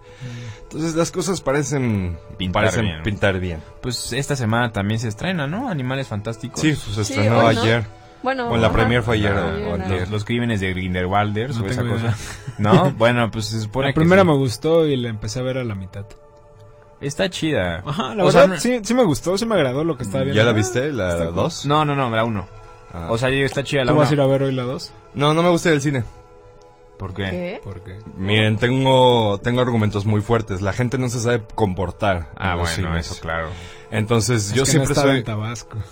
Speaker 5: Entonces las cosas parecen
Speaker 2: Pintar
Speaker 5: parecen
Speaker 2: bien.
Speaker 5: pintar bien.
Speaker 2: Pues esta semana también se estrena, ¿no? Animales Fantásticos.
Speaker 5: Sí, pues se
Speaker 4: Sí,
Speaker 5: estrenó
Speaker 4: hoy no.
Speaker 5: ayer.
Speaker 4: Bueno,
Speaker 5: O la
Speaker 4: ajá.
Speaker 5: premier fue ayer.
Speaker 2: Ah,
Speaker 5: o
Speaker 4: ayer,
Speaker 5: antier.
Speaker 2: Los, los crímenes de Grindelwalder
Speaker 3: No
Speaker 2: o esa
Speaker 3: tengo
Speaker 2: cosa. ¿No? Bueno, pues se supone
Speaker 3: La
Speaker 2: que
Speaker 3: primera
Speaker 2: sí.
Speaker 3: me gustó y la empecé a ver a la mitad.
Speaker 2: Está chida.
Speaker 3: Ajá, la
Speaker 2: O sea,
Speaker 3: verdad
Speaker 2: no-
Speaker 3: sí, sí me gustó, sí me agradó lo que estaba viendo.
Speaker 5: ¿Ya la viste? ¿La
Speaker 3: Está cool.
Speaker 5: 2?
Speaker 2: No, no, no, la uno.
Speaker 5: Ah.
Speaker 2: O sea, yo digo, está chida la
Speaker 3: ¿Tú vas a ir
Speaker 2: uno.
Speaker 3: a ver hoy la 2?
Speaker 5: No, no me gusta el cine.
Speaker 2: ¿Por qué?
Speaker 4: ¿Qué?
Speaker 3: ¿Por qué?
Speaker 5: Miren, tengo, tengo argumentos muy fuertes. La gente no se sabe comportar.
Speaker 2: Ah,
Speaker 5: en los
Speaker 2: bueno,
Speaker 5: cines.
Speaker 2: eso claro.
Speaker 5: Entonces, yo
Speaker 3: Es que
Speaker 5: siempre
Speaker 3: no estaba
Speaker 5: soy...
Speaker 3: en Tabasco.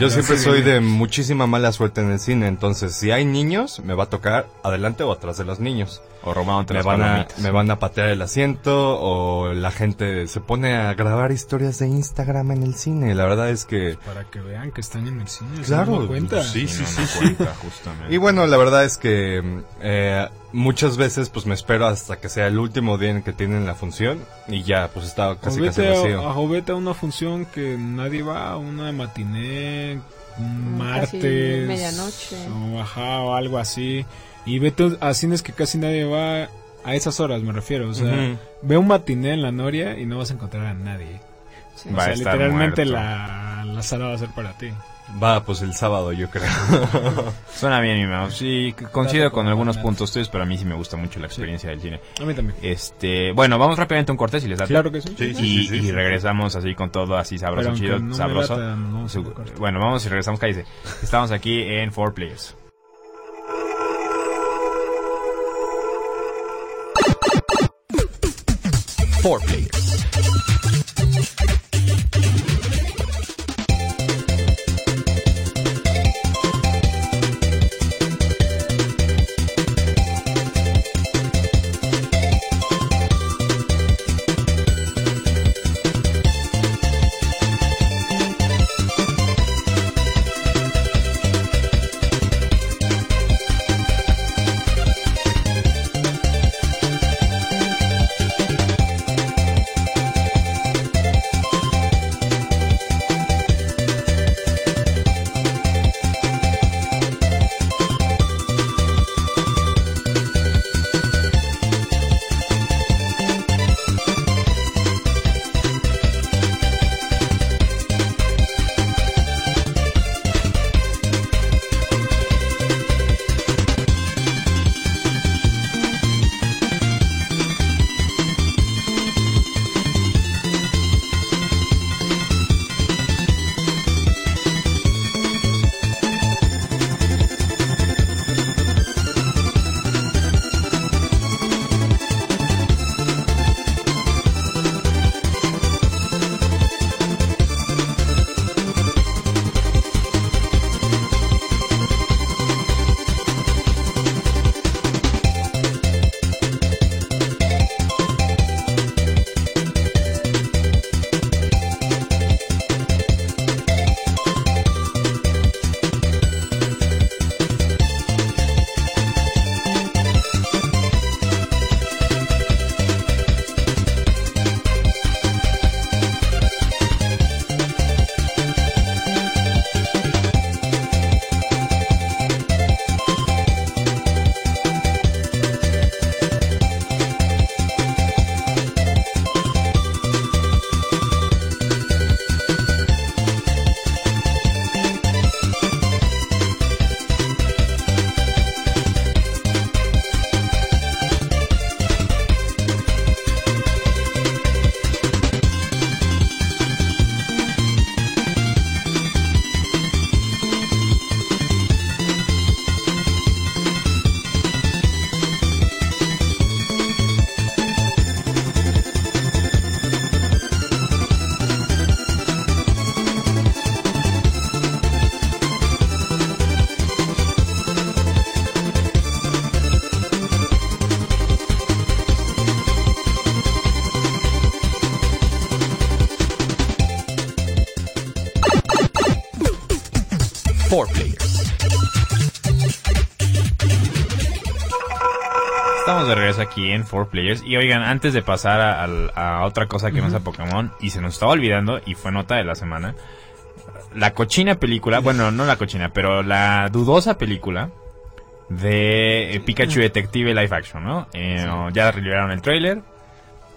Speaker 5: Yo
Speaker 3: Ya
Speaker 5: siempre
Speaker 3: sé.
Speaker 5: soy de muchísima mala suerte en el cine, entonces si hay niños, me va a tocar adelante o atrás de los niños.
Speaker 2: O Román entre
Speaker 5: Me
Speaker 2: las
Speaker 5: van, a,
Speaker 2: palomitas.
Speaker 5: me van a patear el asiento o la gente se pone a grabar historias de Instagram en el cine. La verdad es que...
Speaker 3: Para que vean que están en el cine.
Speaker 5: Claro,
Speaker 3: Claro. cuenta.
Speaker 5: sí.
Speaker 2: Sí, no, no cuenta, justamente.
Speaker 5: Y bueno, la verdad es que mm, eh, muchas veces pues me espero hasta que sea el último día en que tienen la función y ya pues está casi
Speaker 3: o
Speaker 5: casi
Speaker 3: vete, a,
Speaker 5: vacío.
Speaker 3: ajá, o vete a una función que nadie va, una matiné, un
Speaker 4: Casi
Speaker 3: martes.
Speaker 4: medianoche.
Speaker 3: O, ajá, o algo así. Y vete a cines que casi nadie va a esas horas, me refiero. O sea,
Speaker 5: Ujú.
Speaker 3: ve un matiné en la Noria y no vas a encontrar a nadie.
Speaker 4: Sí.
Speaker 3: O
Speaker 2: Va a
Speaker 3: sea,
Speaker 2: estar
Speaker 3: literalmente
Speaker 2: muerto.
Speaker 3: la, la sala va a ser para ti.
Speaker 5: Va pues el sábado yo creo.
Speaker 2: Suena bien, mi mao. Sí, c- coincido
Speaker 3: Date
Speaker 2: con
Speaker 3: como
Speaker 2: algunos
Speaker 3: ganas.
Speaker 2: puntos tuyos, pero a mí sí me gusta mucho la experiencia del cine.
Speaker 3: A mí también.
Speaker 2: Este, bueno, vamos rápidamente a un corte si les da
Speaker 3: Claro que sí.
Speaker 5: Sí, sí,
Speaker 2: y,
Speaker 5: sí, sí.
Speaker 2: y regresamos así con todo, así sabroso,
Speaker 3: Pero aunque
Speaker 2: chido,
Speaker 3: no me
Speaker 2: sabroso.
Speaker 3: lata, nos vamos a
Speaker 2: Su-
Speaker 3: un corte.
Speaker 2: bueno, vamos y regresamos, cállese. Estamos aquí en Four Players.
Speaker 7: Four Players.
Speaker 8: Four players.
Speaker 2: Estamos de regreso aquí en 4Players. Y oigan, antes de pasar a, a- a otra cosa que no sea Pokémon, y se nos estaba olvidando, y fue nota de la semana, la cochina película, bueno, no la cochina, pero la dudosa película de eh, Pikachu Detective Live Action, ¿no? Eh, no, Ya liberaron el tráiler,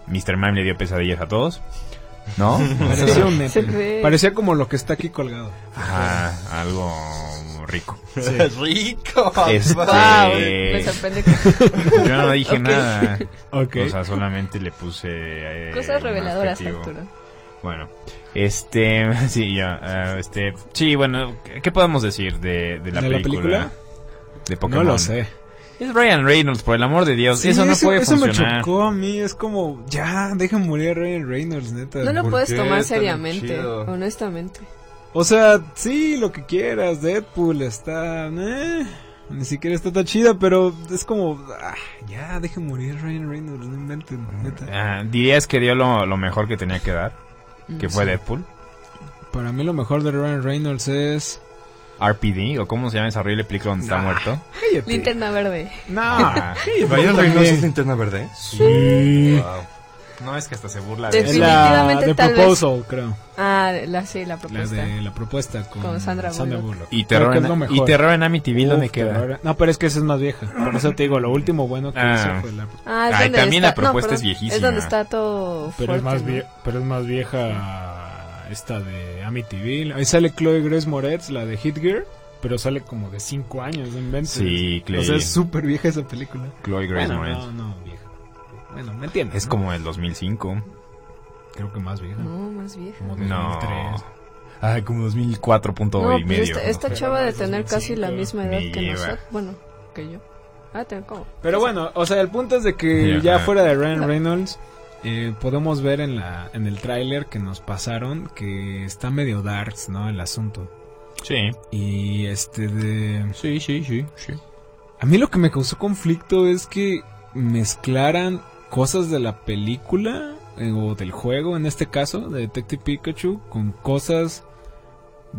Speaker 2: Mr. Mime le dio pesadillas a todos, ¿no?
Speaker 3: Parecía un
Speaker 4: Se
Speaker 3: nepel.
Speaker 4: ve.
Speaker 3: Parecía como lo que está aquí colgado.
Speaker 2: Ajá, algo rico.
Speaker 5: Rico.
Speaker 2: Este,
Speaker 4: Wow, me sorprende que
Speaker 2: Pues yo no dije
Speaker 4: Ok.
Speaker 2: nada.
Speaker 3: Ok.
Speaker 2: O sea, solamente le puse... eh,
Speaker 4: cosas
Speaker 2: un
Speaker 4: reveladoras,
Speaker 2: adjetivo.
Speaker 4: Arturo.
Speaker 2: Bueno, este, sí, ya, ah, este, sí, bueno, ¿qué- ¿qué podemos decir de, de la
Speaker 3: ¿De la
Speaker 2: película?
Speaker 3: película?
Speaker 2: De Pokémon.
Speaker 3: No lo sé.
Speaker 2: Es Ryan Reynolds, por el amor de Dios,
Speaker 3: Sí,
Speaker 2: eso no puede
Speaker 3: me
Speaker 2: funcionar.
Speaker 3: chocó a mí. Es como, ya, deja morir a Ryan Reynolds, neta.
Speaker 4: No lo
Speaker 3: ¿Por
Speaker 4: puedes
Speaker 5: qué
Speaker 4: tomar
Speaker 5: tan
Speaker 4: seriamente,
Speaker 5: chido?
Speaker 4: honestamente.
Speaker 3: O sea, sí, lo que quieras, Deadpool está... eh, ni siquiera está tan chida, pero es como... ah, ya, dejen morir a Ryan Reynolds, no inventen, neta.
Speaker 2: Ah, ¿Dirías que dio lo, lo mejor que tenía que dar? Mm. Que fue Deadpool.
Speaker 3: Para mí lo mejor de Ryan Reynolds es...
Speaker 2: RPD, o cómo se llama esa horrible película donde está muerto. Ah.
Speaker 4: Linterna verde.
Speaker 3: No.
Speaker 5: Ryan Reynolds es linterna verde. Wow.
Speaker 2: No, es que hasta se burla
Speaker 4: de
Speaker 3: Es
Speaker 2: de
Speaker 4: Defin-
Speaker 3: la
Speaker 4: Definitivamente
Speaker 3: de
Speaker 4: tal
Speaker 3: Proposal, creo.
Speaker 4: Ah, la, sí, la
Speaker 3: La
Speaker 4: propuesta.
Speaker 3: de la propuesta con,
Speaker 4: Con Sandra
Speaker 3: Bullock.
Speaker 2: Y
Speaker 3: Creo
Speaker 2: terror,
Speaker 3: que es lo
Speaker 2: en,
Speaker 3: mejor.
Speaker 2: y terror en Amityville, ¿dónde
Speaker 3: Uf,
Speaker 2: queda?
Speaker 3: terror. No, pero es que esa es más vieja. Por eso te digo, lo último bueno que
Speaker 2: Ah.
Speaker 3: hizo fue la... pues,
Speaker 4: Ah, es
Speaker 2: Ay,
Speaker 4: donde
Speaker 2: también
Speaker 4: está-
Speaker 2: la propuesta
Speaker 4: perdón,
Speaker 2: es viejísima.
Speaker 4: Es donde está todo
Speaker 9: Pero es,
Speaker 4: fuerte,
Speaker 9: más
Speaker 4: ¿no?
Speaker 9: vie- pero es más vieja esta de Amityville.
Speaker 3: Ahí sale Chloe Grace Moretz, la de Hit Girl.
Speaker 9: Pero sale como de 5 años, no inventes.
Speaker 2: Sí, Chloe,
Speaker 3: O sea, es súper vieja esa película.
Speaker 2: Chloe Grace
Speaker 3: Bueno,
Speaker 2: Moretz.
Speaker 3: no, no, vieja. Bueno, me entiendes.
Speaker 2: Es
Speaker 3: ¿no?
Speaker 2: como el 2005.
Speaker 9: Creo que más vieja.
Speaker 4: No, más vieja.
Speaker 9: Como
Speaker 2: No.
Speaker 9: 2003.
Speaker 2: Ay, como 2004 punto
Speaker 4: No,
Speaker 2: y
Speaker 4: pues
Speaker 2: medio.
Speaker 4: esta, esta
Speaker 9: Pero
Speaker 4: chava de
Speaker 9: más
Speaker 4: tener casi la
Speaker 9: 2005
Speaker 4: misma edad
Speaker 2: me
Speaker 4: que
Speaker 2: lleva.
Speaker 4: nosotros. Bueno, que yo. Ah, tengo como.
Speaker 3: Pero bueno, o sea, el punto es de que
Speaker 2: Ya.
Speaker 3: ya fuera de Ryan Reynolds, eh, podemos ver en la en el tráiler que nos pasaron que está medio darks, ¿no? El asunto.
Speaker 2: Sí.
Speaker 3: Y este de...
Speaker 2: Sí, sí, sí,
Speaker 3: A mí lo que me causó conflicto es que mezclaran cosas de la película eh, o del juego, en este caso, de Detective Pikachu, con cosas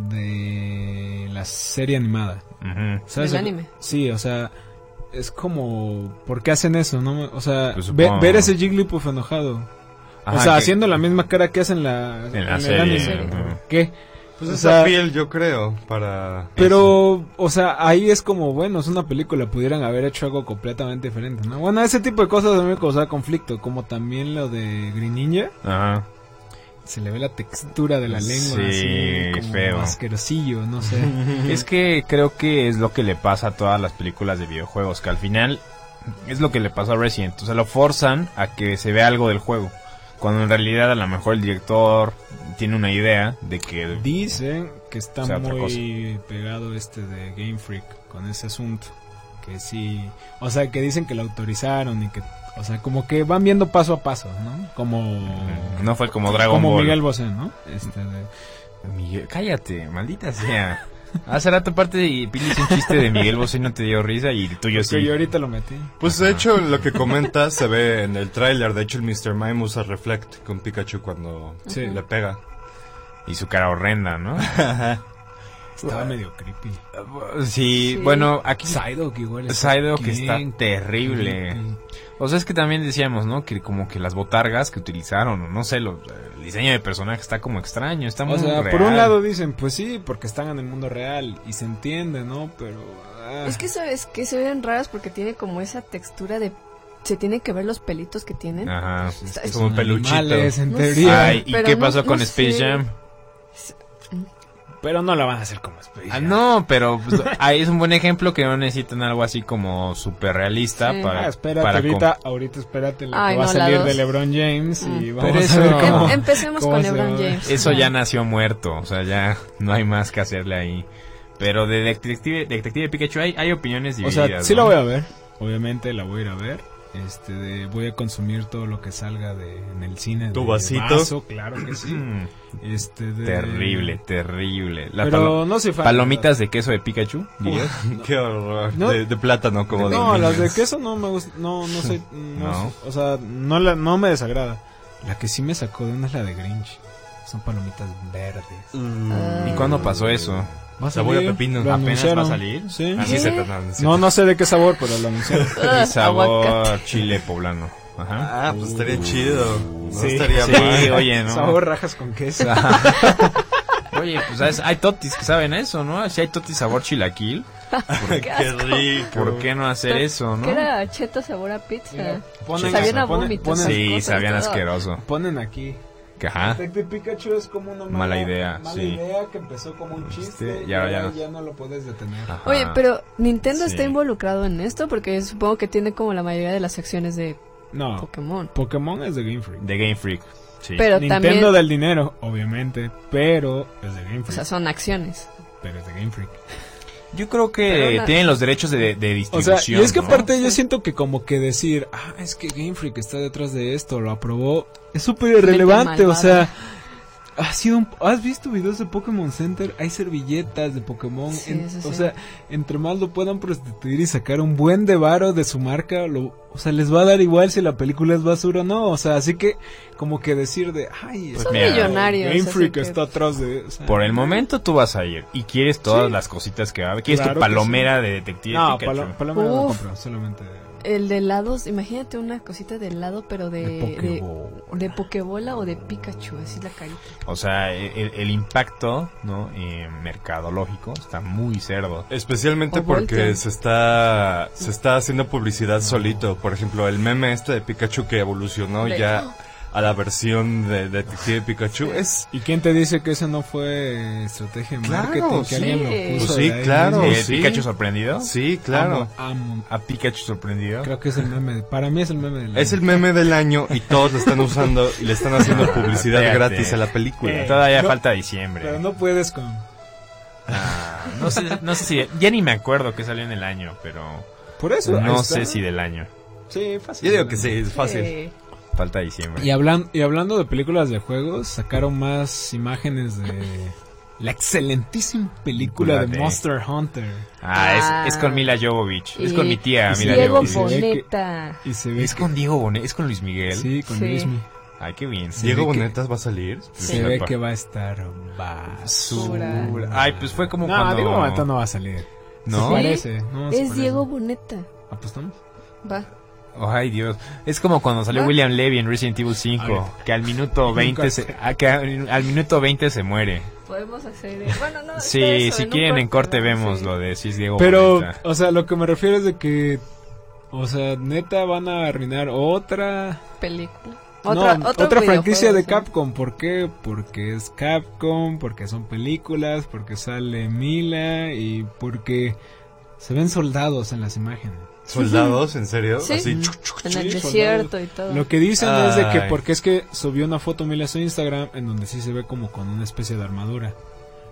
Speaker 3: de la serie animada.
Speaker 2: Ujú.
Speaker 3: ¿Sabes?
Speaker 4: Del anime.
Speaker 3: Sí, o sea, es como, ¿por qué hacen eso? No, o sea,
Speaker 2: Pues
Speaker 3: ve-
Speaker 2: supongo.
Speaker 3: ver ese Jigglypuff enojado.
Speaker 2: Ajá,
Speaker 3: o sea,
Speaker 2: que-
Speaker 3: haciendo la misma cara que hacen la,
Speaker 2: En la
Speaker 3: el
Speaker 2: serie.
Speaker 3: anime.
Speaker 2: ujú.
Speaker 3: ¿Qué?
Speaker 5: Pues
Speaker 3: O
Speaker 5: es
Speaker 3: sea-
Speaker 5: piel, yo creo, para...
Speaker 3: Pero, o sea, ahí es como, bueno, es una película, pudieran haber hecho algo completamente diferente, ¿no? Bueno, ese tipo de cosas a mí me causa conflicto, como también lo de Green Ninja,
Speaker 2: Ajá.
Speaker 3: se le ve la textura de la lengua,
Speaker 2: Sí,
Speaker 3: así, como
Speaker 2: feo.
Speaker 3: asquerosillo, no sé.
Speaker 2: Es que creo que es lo que le pasa a todas las películas de videojuegos, que al final es lo que le pasó a Resident. O sea, lo forzan a que se vea algo del juego. Cuando en realidad a lo mejor el director tiene una idea de que...
Speaker 3: Dicen que está
Speaker 2: O sea, otra
Speaker 3: muy pegado este de Game Freak con ese asunto. Que sí. O sea, que dicen que lo autorizaron y que. O sea, como que van viendo paso a paso, ¿no? Como.
Speaker 2: No fue como Dragon
Speaker 3: como
Speaker 2: Ball.
Speaker 3: Miguel Bosé, ¿no? Este de-
Speaker 2: Miguel- cállate, maldita sea. Hace rato parte de Pili hizo un chiste de Miguel Bosé y no te dio risa y el tuyo sí.
Speaker 3: Que yo ahorita lo metí.
Speaker 5: Pues de hecho, lo que comenta se ve en el tráiler. De hecho, el Mr. Mime usa Reflect con Pikachu cuando
Speaker 3: Sí.
Speaker 5: le pega.
Speaker 2: Y su cara horrenda, ¿no?
Speaker 3: Estaba medio creepy.
Speaker 2: Sí,
Speaker 4: Sí.
Speaker 2: bueno, aquí
Speaker 3: Psyduck igual.
Speaker 2: Psyduck que
Speaker 3: bien
Speaker 2: está terrible.
Speaker 3: creepy.
Speaker 2: O sea, es que también decíamos, ¿no? Que como que las botargas que utilizaron, o no sé, lo- el diseño de personaje está como extraño, está muy
Speaker 3: O sea, por
Speaker 2: real.
Speaker 3: un lado dicen, pues sí, porque están en el mundo real y se entiende, ¿no? Pero. ah.
Speaker 4: Es que sabes que se ven raras porque tiene como esa textura de. Se tienen que ver los pelitos que tienen.
Speaker 2: Ajá.
Speaker 4: Está-
Speaker 5: Es
Speaker 4: es-
Speaker 5: como
Speaker 3: Son
Speaker 5: peluchito.
Speaker 3: animales, en
Speaker 4: No
Speaker 3: teoría.
Speaker 2: Ay, ¿y
Speaker 4: Pero
Speaker 2: qué
Speaker 4: no-
Speaker 2: pasó
Speaker 4: no
Speaker 2: con Space
Speaker 4: sé.
Speaker 2: Jam?
Speaker 9: Pero no la van a hacer como Space
Speaker 2: Ah,
Speaker 9: Jam.
Speaker 2: no, pero pues, ahí es un buen ejemplo que no necesitan algo así como super realista
Speaker 4: Sí.
Speaker 2: para,
Speaker 9: Ah, espérate,
Speaker 2: para
Speaker 9: ahorita, ahorita espérate la
Speaker 4: Ay,
Speaker 9: que va
Speaker 4: no,
Speaker 9: a
Speaker 4: la
Speaker 9: salir
Speaker 4: dos.
Speaker 9: de LeBron James y
Speaker 4: Mm.
Speaker 9: vamos
Speaker 2: Pero
Speaker 9: a
Speaker 2: eso-
Speaker 9: ver
Speaker 2: Em-
Speaker 9: cómo...
Speaker 4: Em- empecemos
Speaker 9: ¿Cómo
Speaker 4: con
Speaker 9: se
Speaker 4: LeBron
Speaker 9: va?
Speaker 4: James.
Speaker 2: Eso ya nació muerto, o sea, ya no hay más que hacerle ahí. Pero de Detective, Detective Pikachu hay, hay opiniones
Speaker 3: O
Speaker 2: divididas.
Speaker 3: sea, sí
Speaker 2: ¿no?
Speaker 3: la voy a ver. Obviamente la voy a ir a ver. Este, de- voy a consumir todo lo que salga de, en el cine.
Speaker 5: Tu
Speaker 3: de
Speaker 5: vasito.
Speaker 3: vaso, claro que sí.
Speaker 2: Mm,
Speaker 3: Este, de-
Speaker 2: terrible, terrible. La
Speaker 3: pero
Speaker 2: palo-
Speaker 3: no soy fan.
Speaker 2: palomitas de queso de Pikachu, dirías.
Speaker 5: Qué horror.
Speaker 3: No.
Speaker 5: De, de plátano, como de
Speaker 3: No, las de
Speaker 5: niños.
Speaker 3: queso no me gustan. No, no soy. No,
Speaker 2: No.
Speaker 3: O sea, no, la, no me desagrada. La que sí me sacó de una es la de Grinch. Son palomitas verdes.
Speaker 4: Ah.
Speaker 5: Mm.
Speaker 2: ¿Y cuándo pasó eso?
Speaker 3: Va a
Speaker 5: Sabor a Ah,
Speaker 3: salir,
Speaker 5: pepino.
Speaker 3: lo
Speaker 5: ¿Apenas
Speaker 2: ¿Apenas
Speaker 3: anunciaron.
Speaker 2: va a salir?
Speaker 3: Sí.
Speaker 5: Así se
Speaker 4: ¿Qué?
Speaker 5: trata. no, sí.
Speaker 3: No, no sé de qué sabor, pero lo anunciaron.
Speaker 4: Ah,
Speaker 2: Y sabor
Speaker 4: aguacate.
Speaker 2: chile poblano. Ajá.
Speaker 5: Ah, pues estaría chido. No
Speaker 3: Sí,
Speaker 5: estaría
Speaker 2: sí,
Speaker 5: mal.
Speaker 2: oye, ¿no?
Speaker 6: Sabor rajas con queso.
Speaker 2: Oye, pues ¿sabes? hay totis que saben eso, ¿no? Si hay totis sabor chilaquil,
Speaker 5: Qué rico.
Speaker 2: ¿por qué no hacer eso, no?
Speaker 4: ¿Qué era cheta sabor a pizza?
Speaker 6: Ponen,
Speaker 4: Sabían a
Speaker 6: ponen-
Speaker 4: vómito.
Speaker 6: ponen-
Speaker 4: esas
Speaker 2: Sí,
Speaker 4: cosas,
Speaker 2: sabían
Speaker 4: ¿no?
Speaker 2: asqueroso.
Speaker 6: ponen aquí.
Speaker 2: Que, Ajá.
Speaker 6: Detective Pikachu es como una mala,
Speaker 2: Ah. Mala idea,
Speaker 6: mala
Speaker 2: sí.
Speaker 6: idea que empezó como un chiste
Speaker 2: Este,
Speaker 6: y
Speaker 2: ya, Ah.
Speaker 6: ahora
Speaker 2: ya.
Speaker 6: ya no lo puedes detener.
Speaker 2: Ajá.
Speaker 4: Oye, pero Nintendo
Speaker 2: Sí.
Speaker 4: está involucrado en esto porque supongo que tiene como la mayoría de las secciones de
Speaker 3: No,
Speaker 4: Pokémon.
Speaker 3: Pokémon es de Game Freak.
Speaker 2: De Game Freak. Ah. Sí.
Speaker 4: Pero
Speaker 3: Nintendo
Speaker 4: también,
Speaker 3: del dinero, obviamente, pero es de Game
Speaker 4: o
Speaker 3: Freak.
Speaker 4: sea, son acciones.
Speaker 3: pero es de Game Freak.
Speaker 2: Yo creo
Speaker 4: Pero
Speaker 2: que
Speaker 4: una-
Speaker 2: tienen los derechos de, de
Speaker 3: O
Speaker 2: distribución.
Speaker 3: sea, y es que
Speaker 2: ¿no?
Speaker 3: aparte yo siento que como que decir, ah, es que Game Freak está detrás de esto, lo aprobó, es súper irrelevante, o sea, ha sido un- ¿has visto videos de Pokémon Center? Hay servilletas de Pokémon,
Speaker 4: Sí,
Speaker 3: en-
Speaker 4: eso
Speaker 3: o
Speaker 4: sí.
Speaker 3: sea, entre más lo puedan prostituir y sacar un buen de varo de su marca, lo, o sea, les va a dar igual si la película es basura o no, o sea, así que como que decir de, ay,
Speaker 4: Pues Son
Speaker 2: mira,
Speaker 4: millonarios.
Speaker 3: Game
Speaker 4: así
Speaker 3: Freak
Speaker 4: que-
Speaker 3: está atrás de, o sea,
Speaker 2: Por el momento tú vas a ir y quieres todas las cositas que va a haber. Quieres
Speaker 3: Claro
Speaker 2: tu
Speaker 3: que
Speaker 2: palomera de detective.
Speaker 3: no,
Speaker 2: Pikachu.
Speaker 3: Palo- Paloma no lo
Speaker 4: Uf.
Speaker 3: compra, solamente
Speaker 4: El de helados, imagínate una cosita de helado, pero de, de,
Speaker 3: Pokéball.
Speaker 4: de Pokébola o de Pikachu, así la carita.
Speaker 2: O sea, el, el impacto ¿no? Eh, mercadológico está muy cerdo.
Speaker 5: Especialmente
Speaker 4: O
Speaker 5: porque
Speaker 4: voltean.
Speaker 5: se está, se está haciendo publicidad solito. Por ejemplo, el meme este de Pikachu que evolucionó
Speaker 4: De-
Speaker 5: ya a la versión de Detective Pikachu es...
Speaker 3: ¿Y quién te dice que esa no fue estrategia de
Speaker 5: Claro,
Speaker 3: marketing?
Speaker 5: sí.
Speaker 3: que alguien lo puso
Speaker 5: Pues sí,
Speaker 3: de ahí
Speaker 5: claro.
Speaker 3: mismo?
Speaker 5: Oh,
Speaker 2: ¿El
Speaker 5: sí.
Speaker 2: Eh, Pikachu sorprendido?
Speaker 5: Sí, claro.
Speaker 3: Amo, amo.
Speaker 2: ¿A Pikachu sorprendido?
Speaker 3: Creo que es el meme. de- Para mí es el meme del
Speaker 5: Es el meme del año y todos lo están usando y le están haciendo publicidad
Speaker 2: Espérate.
Speaker 5: gratis a la
Speaker 2: Eh,
Speaker 5: película.
Speaker 2: Todavía
Speaker 3: no.
Speaker 2: falta diciembre.
Speaker 3: Pero no puedes con.
Speaker 2: Ah, no sé, no sé si... Ya ni me acuerdo que salió en el año, pero...
Speaker 3: Por eso. ahí
Speaker 2: No
Speaker 3: está.
Speaker 2: sé si del año.
Speaker 3: Sí, fácil.
Speaker 5: Yo digo que sí, es fácil.
Speaker 4: Eh,
Speaker 2: Falta diciembre.
Speaker 3: Y, hablan- y hablando de películas de juegos, sacaron más imágenes de la excelentísima película de
Speaker 2: Película de-
Speaker 3: Monster Hunter.
Speaker 2: Ah,
Speaker 4: Ah.
Speaker 2: es, es con Mila Jovovich. Es
Speaker 4: Y-
Speaker 2: con mi tía,
Speaker 3: y
Speaker 2: Mila
Speaker 3: Diego
Speaker 4: Diego
Speaker 3: se
Speaker 2: Jovovich.
Speaker 3: ve que-
Speaker 4: Boneta.
Speaker 3: Y se ve
Speaker 2: Es
Speaker 3: que-
Speaker 2: con Diego Bonet, es con Luis Miguel.
Speaker 3: Sí, con
Speaker 4: Sí.
Speaker 3: Luis Mi.
Speaker 2: Ay, qué bien.
Speaker 3: Sí.
Speaker 5: Diego
Speaker 3: Se ve que-
Speaker 5: Bonetas va a salir.
Speaker 4: Sí.
Speaker 3: Se ve
Speaker 2: Sepa.
Speaker 3: que va a estar basura.
Speaker 4: Basura.
Speaker 2: Ay, pues fue como
Speaker 3: no,
Speaker 2: cuando...
Speaker 3: Diego Boneta no va a salir.
Speaker 2: ¿No?
Speaker 3: Se
Speaker 4: Sí.
Speaker 3: parece. No, se
Speaker 4: Es
Speaker 3: parece.
Speaker 4: Diego Boneta.
Speaker 3: ¿Apostamos?
Speaker 4: Va.
Speaker 2: Ay, Dios. Es como cuando salió
Speaker 4: ¿Ah?
Speaker 2: William Levy en Resident Evil
Speaker 3: A ver.
Speaker 2: 5, que al minuto 20 se, a- que al al minuto 20 se muere.
Speaker 4: Podemos hacer. eh, Bueno, no.
Speaker 2: Sí, si quieren en corte vemos lo de si es Diego
Speaker 3: Pero,
Speaker 2: Boneta.
Speaker 3: o sea, lo que me refiero es de que. O sea, neta van a arruinar otra.
Speaker 4: Película.
Speaker 3: no, otra
Speaker 4: videojuego,
Speaker 3: franquicia de
Speaker 4: sí.
Speaker 3: Capcom. ¿Por qué? Porque es Capcom, porque son películas, porque sale Mila y porque se ven soldados en las imágenes.
Speaker 5: Soldados, en serio.
Speaker 4: Sí.
Speaker 5: Así.
Speaker 4: En el
Speaker 3: Sí,
Speaker 4: desierto y todo.
Speaker 3: Lo que dicen es de que
Speaker 5: Ay.
Speaker 3: porque es que subió una foto Mila a su Instagram en donde sí se ve como con una especie de armadura.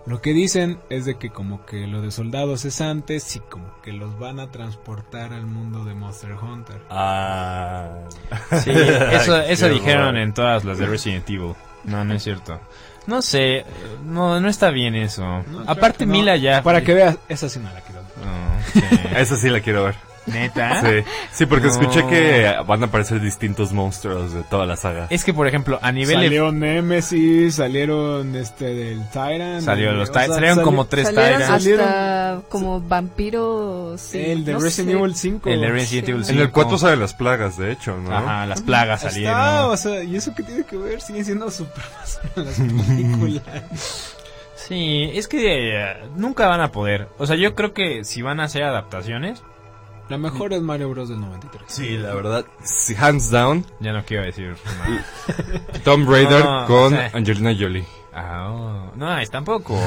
Speaker 3: Lo que dicen es de que como que lo de soldados es antes y como que los van a transportar al mundo de Monster Hunter.
Speaker 5: Ah.
Speaker 2: Sí, eso,
Speaker 5: Ay,
Speaker 2: eso
Speaker 5: qué
Speaker 2: dijeron
Speaker 5: horror.
Speaker 2: en todas las de Resident Evil. No, no es cierto. No sé, no, no está bien eso.
Speaker 3: No,
Speaker 2: Aparte
Speaker 3: claro que no.
Speaker 2: Mila ya...
Speaker 3: Para que veas, esa sí no la quiero.
Speaker 2: No, sí.
Speaker 5: Esa sí la quiero ver.
Speaker 2: ¿Neta?
Speaker 5: Sí, sí porque
Speaker 2: No.
Speaker 5: escuché que van a aparecer distintos monstruos de toda la saga.
Speaker 2: Es que, por ejemplo, a nivel... de-
Speaker 3: Salió Nemesis, salieron este del Tyrant.
Speaker 2: Salió
Speaker 3: del-
Speaker 2: los
Speaker 3: o sea,
Speaker 2: Tyrants. Salieron
Speaker 3: salió
Speaker 2: como tres
Speaker 4: Salieron
Speaker 2: Tyrants.
Speaker 4: hasta como vampiros. sí,
Speaker 3: El de
Speaker 4: no
Speaker 3: Resident
Speaker 4: sé.
Speaker 3: Evil 5.
Speaker 2: El de Resident
Speaker 4: Sí.
Speaker 2: Evil
Speaker 5: en el
Speaker 2: 5.
Speaker 5: 4 salen las plagas, de hecho, ¿no?
Speaker 2: Ajá, las plagas salieron.
Speaker 3: Está, o sea, ¿y eso qué tiene que ver? Siguen siendo super las películas.
Speaker 2: Sí, es que eh, nunca van a poder. O sea, yo creo que si van a hacer adaptaciones,
Speaker 3: La mejor es Mario Bros. del 93.
Speaker 5: Sí, la verdad. sí, hands down,
Speaker 2: ya no quiero decir.
Speaker 5: Tomb Raider
Speaker 2: No,
Speaker 5: con
Speaker 2: sí.
Speaker 5: Angelina Jolie.
Speaker 2: Ah, oh. No, es tampoco.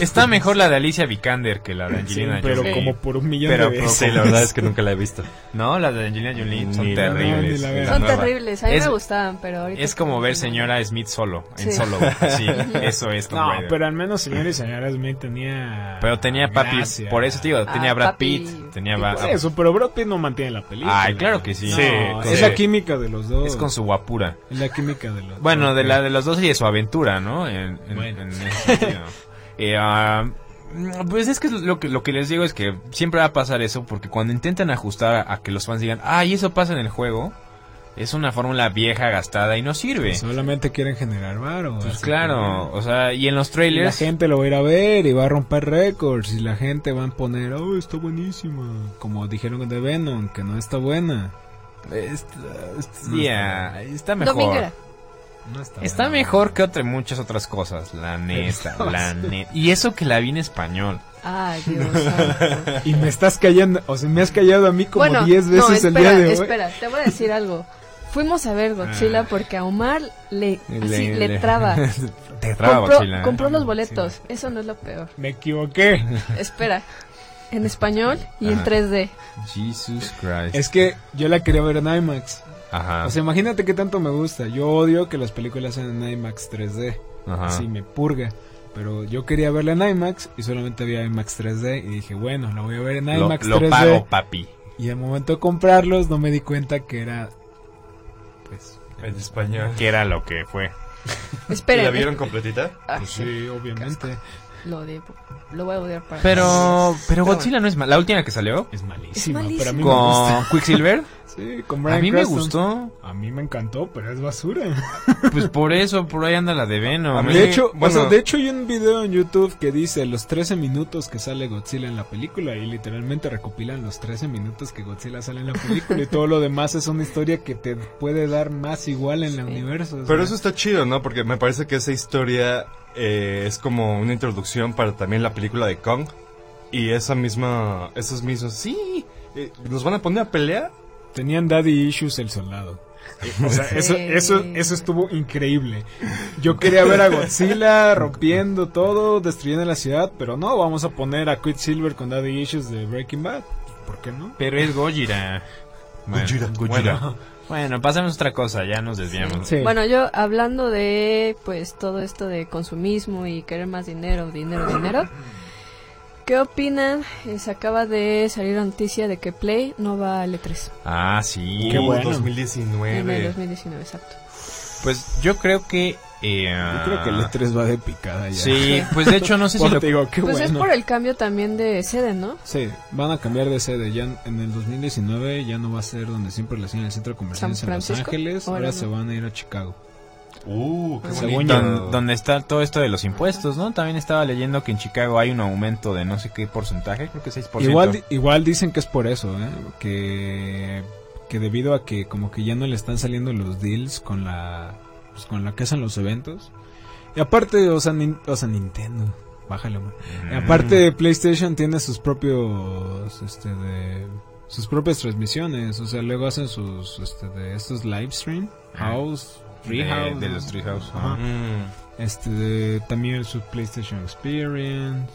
Speaker 2: Está mejor la de Alicia Vikander que la de Angelina
Speaker 3: pero
Speaker 2: Jolie.
Speaker 3: como por un millón
Speaker 2: Pero
Speaker 3: de
Speaker 2: por-
Speaker 3: veces.
Speaker 5: Sí, la verdad es que nunca la he visto.
Speaker 2: No, las de Angelina Jolie son
Speaker 5: Ni la veo,
Speaker 2: terribles.
Speaker 3: ni la veo.
Speaker 4: Son
Speaker 5: nueva.
Speaker 4: terribles, a mí
Speaker 2: Es-
Speaker 4: me gustaban, pero ahorita.
Speaker 2: Es como ver señora Smith solo, en
Speaker 4: Sí.
Speaker 2: solo. Sí, eso es Tomb
Speaker 3: No,
Speaker 2: Raider.
Speaker 3: pero al menos señor y señora Smith tenía.
Speaker 2: Pero tenía papi,
Speaker 3: gracia.
Speaker 2: por eso te digo, tenía
Speaker 4: Ah,
Speaker 2: Brad
Speaker 4: papi.
Speaker 2: Pitt, tenía
Speaker 4: Sí,
Speaker 2: Brad-
Speaker 3: Ah, Por eso, pero Brad Pitt no mantiene la película.
Speaker 2: Ay, claro que sí.
Speaker 3: No,
Speaker 2: Sí,
Speaker 3: es
Speaker 2: sí.
Speaker 3: la química de los dos.
Speaker 2: es con su guapura.
Speaker 3: Es la química de los dos.
Speaker 2: Bueno, de la de los dos y de su aventura, ¿no? En, en-
Speaker 3: Bueno.
Speaker 2: en ese sentido. Eh, ah, pues es que lo que lo que les digo es que siempre va a pasar eso porque cuando intentan ajustar a, a que los fans digan, "Ay, eso pasa en el juego." Es una fórmula vieja, gastada y no sirve.
Speaker 3: Solamente quieren generar varo.
Speaker 2: Pues
Speaker 3: así
Speaker 2: claro, o sea, y en los
Speaker 3: que- y La
Speaker 2: trailers...
Speaker 3: gente lo va a ir a ver y va a romper récords y la gente va a poner, oh, está buenísima. Como dijeron de Venom, que no está buena.
Speaker 2: Está, está mejor.
Speaker 4: Dominguera.
Speaker 3: No está,
Speaker 2: Está
Speaker 3: buena.
Speaker 2: mejor que otra, muchas otras cosas, la neta, la neta. Y eso que la vi en español.
Speaker 4: Ay, Dios. santo.
Speaker 3: Y me estás callando, o sea, me has callado a mí como
Speaker 4: bueno,
Speaker 3: 10
Speaker 4: no,
Speaker 3: veces
Speaker 4: espera,
Speaker 3: el día de hoy.
Speaker 4: espera, te voy a decir algo. Fuimos a ver Godzilla porque a Omar le, así, le, traba.
Speaker 2: Te traba,
Speaker 4: compró,
Speaker 2: Godzilla, ¿eh?
Speaker 4: compró los boletos. Eso no es lo peor.
Speaker 3: Me equivoqué.
Speaker 4: Espera. En español y en
Speaker 2: Ajá.
Speaker 4: 3D.
Speaker 2: Jesus Christ.
Speaker 3: Es que yo la quería ver en IMAX.
Speaker 2: Ajá.
Speaker 3: O sea, imagínate qué tanto me gusta. Yo odio que las películas sean en IMAX 3D.
Speaker 2: ajá.
Speaker 3: Así me purga. Pero yo quería verla en IMAX y solamente había IMAX 3D y dije, bueno, la voy a ver en
Speaker 2: Lo,
Speaker 3: IMAX
Speaker 2: lo
Speaker 3: 3D.
Speaker 2: pago, papi.
Speaker 3: Y al momento de comprarlos no me di cuenta que era... Pues...
Speaker 5: En español.
Speaker 2: Que era lo que fue.
Speaker 4: Espera.
Speaker 5: ¿La vieron completita?
Speaker 4: Ah,
Speaker 3: Pues sí, obviamente.
Speaker 4: lo, odio. lo voy a odiar para
Speaker 2: Pero, pero Godzilla no es mala. La última que salió
Speaker 3: Es malísima,
Speaker 4: Es
Speaker 3: pero a mí me gusta.
Speaker 2: con Quicksilver,
Speaker 3: Sí, con
Speaker 2: a
Speaker 3: Bryan
Speaker 2: mí me
Speaker 3: Cranston.
Speaker 2: gustó.
Speaker 3: A mí me encantó, pero es basura.
Speaker 2: Pues por eso, por ahí anda la de Venom. ¿eh?
Speaker 3: De
Speaker 2: Es que-
Speaker 3: hecho,
Speaker 5: bueno.
Speaker 3: o sea, de hecho hay un video en YouTube que dice los 13 minutos que sale Godzilla en la película y literalmente recopilan los 13 minutos que Godzilla sale en la película y todo lo demás es una historia que te puede dar más igual en el universo. o sea.
Speaker 5: Pero eso está chido, ¿no? Porque me parece que esa historia eh, es como una introducción para también la película de Kong. Y esa misma, esos mismos, sí, eh, ¿nos van a poner a pelear?
Speaker 3: tenían daddy issues el soldado. O sea, eso,
Speaker 4: Sí.
Speaker 3: eso, eso estuvo increíble. Yo quería ver a Godzilla rompiendo todo, destruyendo la ciudad, pero no, vamos a poner a Quicksilver con Daddy Issues de Breaking Bad. ¿Por qué no?
Speaker 2: Pero es Gojira. Bueno,
Speaker 5: Gojira, Gojira.
Speaker 2: bueno, bueno, pasemos a otra cosa, ya nos desviamos.
Speaker 4: Bueno, yo hablando de pues todo esto de consumismo y querer más dinero, dinero, dinero. ¿Qué opinan? Eh, Se acaba de salir la noticia de que Play no va al E3
Speaker 2: Ah, sí.
Speaker 3: Qué bueno.
Speaker 4: en el
Speaker 5: 2019.
Speaker 4: 2019, exacto.
Speaker 2: Pues yo creo que... eh,
Speaker 3: Yo creo que el E E3 va de picada ya.
Speaker 2: Sí, pues de hecho no sé si
Speaker 3: Por-
Speaker 2: lo...
Speaker 3: te digo, qué
Speaker 4: Pues es
Speaker 3: bueno.
Speaker 4: por el cambio también de sede, ¿no?
Speaker 3: Sí, van a cambiar de sede. Ya en- en el 2019 ya no va a ser donde siempre lo hacían en el centro comercial
Speaker 4: ¿San
Speaker 3: en Los
Speaker 4: Francisco?
Speaker 3: Ángeles.
Speaker 4: Ahora
Speaker 3: Ahora
Speaker 4: no.
Speaker 3: se van a ir a Chicago.
Speaker 5: Uh, qué
Speaker 3: Según
Speaker 5: bonito.
Speaker 2: Don- donde está todo esto de los impuestos, ¿no? También estaba leyendo que en Chicago hay un aumento de no sé qué porcentaje, creo que 6%.
Speaker 3: Igual, di- igual dicen que es por eso, ¿eh? que, que debido a que como que ya no le están saliendo los deals con la pues, con la que hacen los eventos. Y aparte, o sea, nin- o sea Nintendo, bájale. man. Y
Speaker 2: Mm.
Speaker 3: aparte PlayStation tiene sus propios este de sus propias transmisiones, o sea, luego hacen sus este de estos live stream,
Speaker 2: Ajá.
Speaker 3: house,
Speaker 2: de,
Speaker 3: free house,
Speaker 2: de
Speaker 3: ¿no?
Speaker 2: los Treehouse.
Speaker 3: Ajá.
Speaker 5: Mm.
Speaker 3: Este de- también su PlayStation Experience,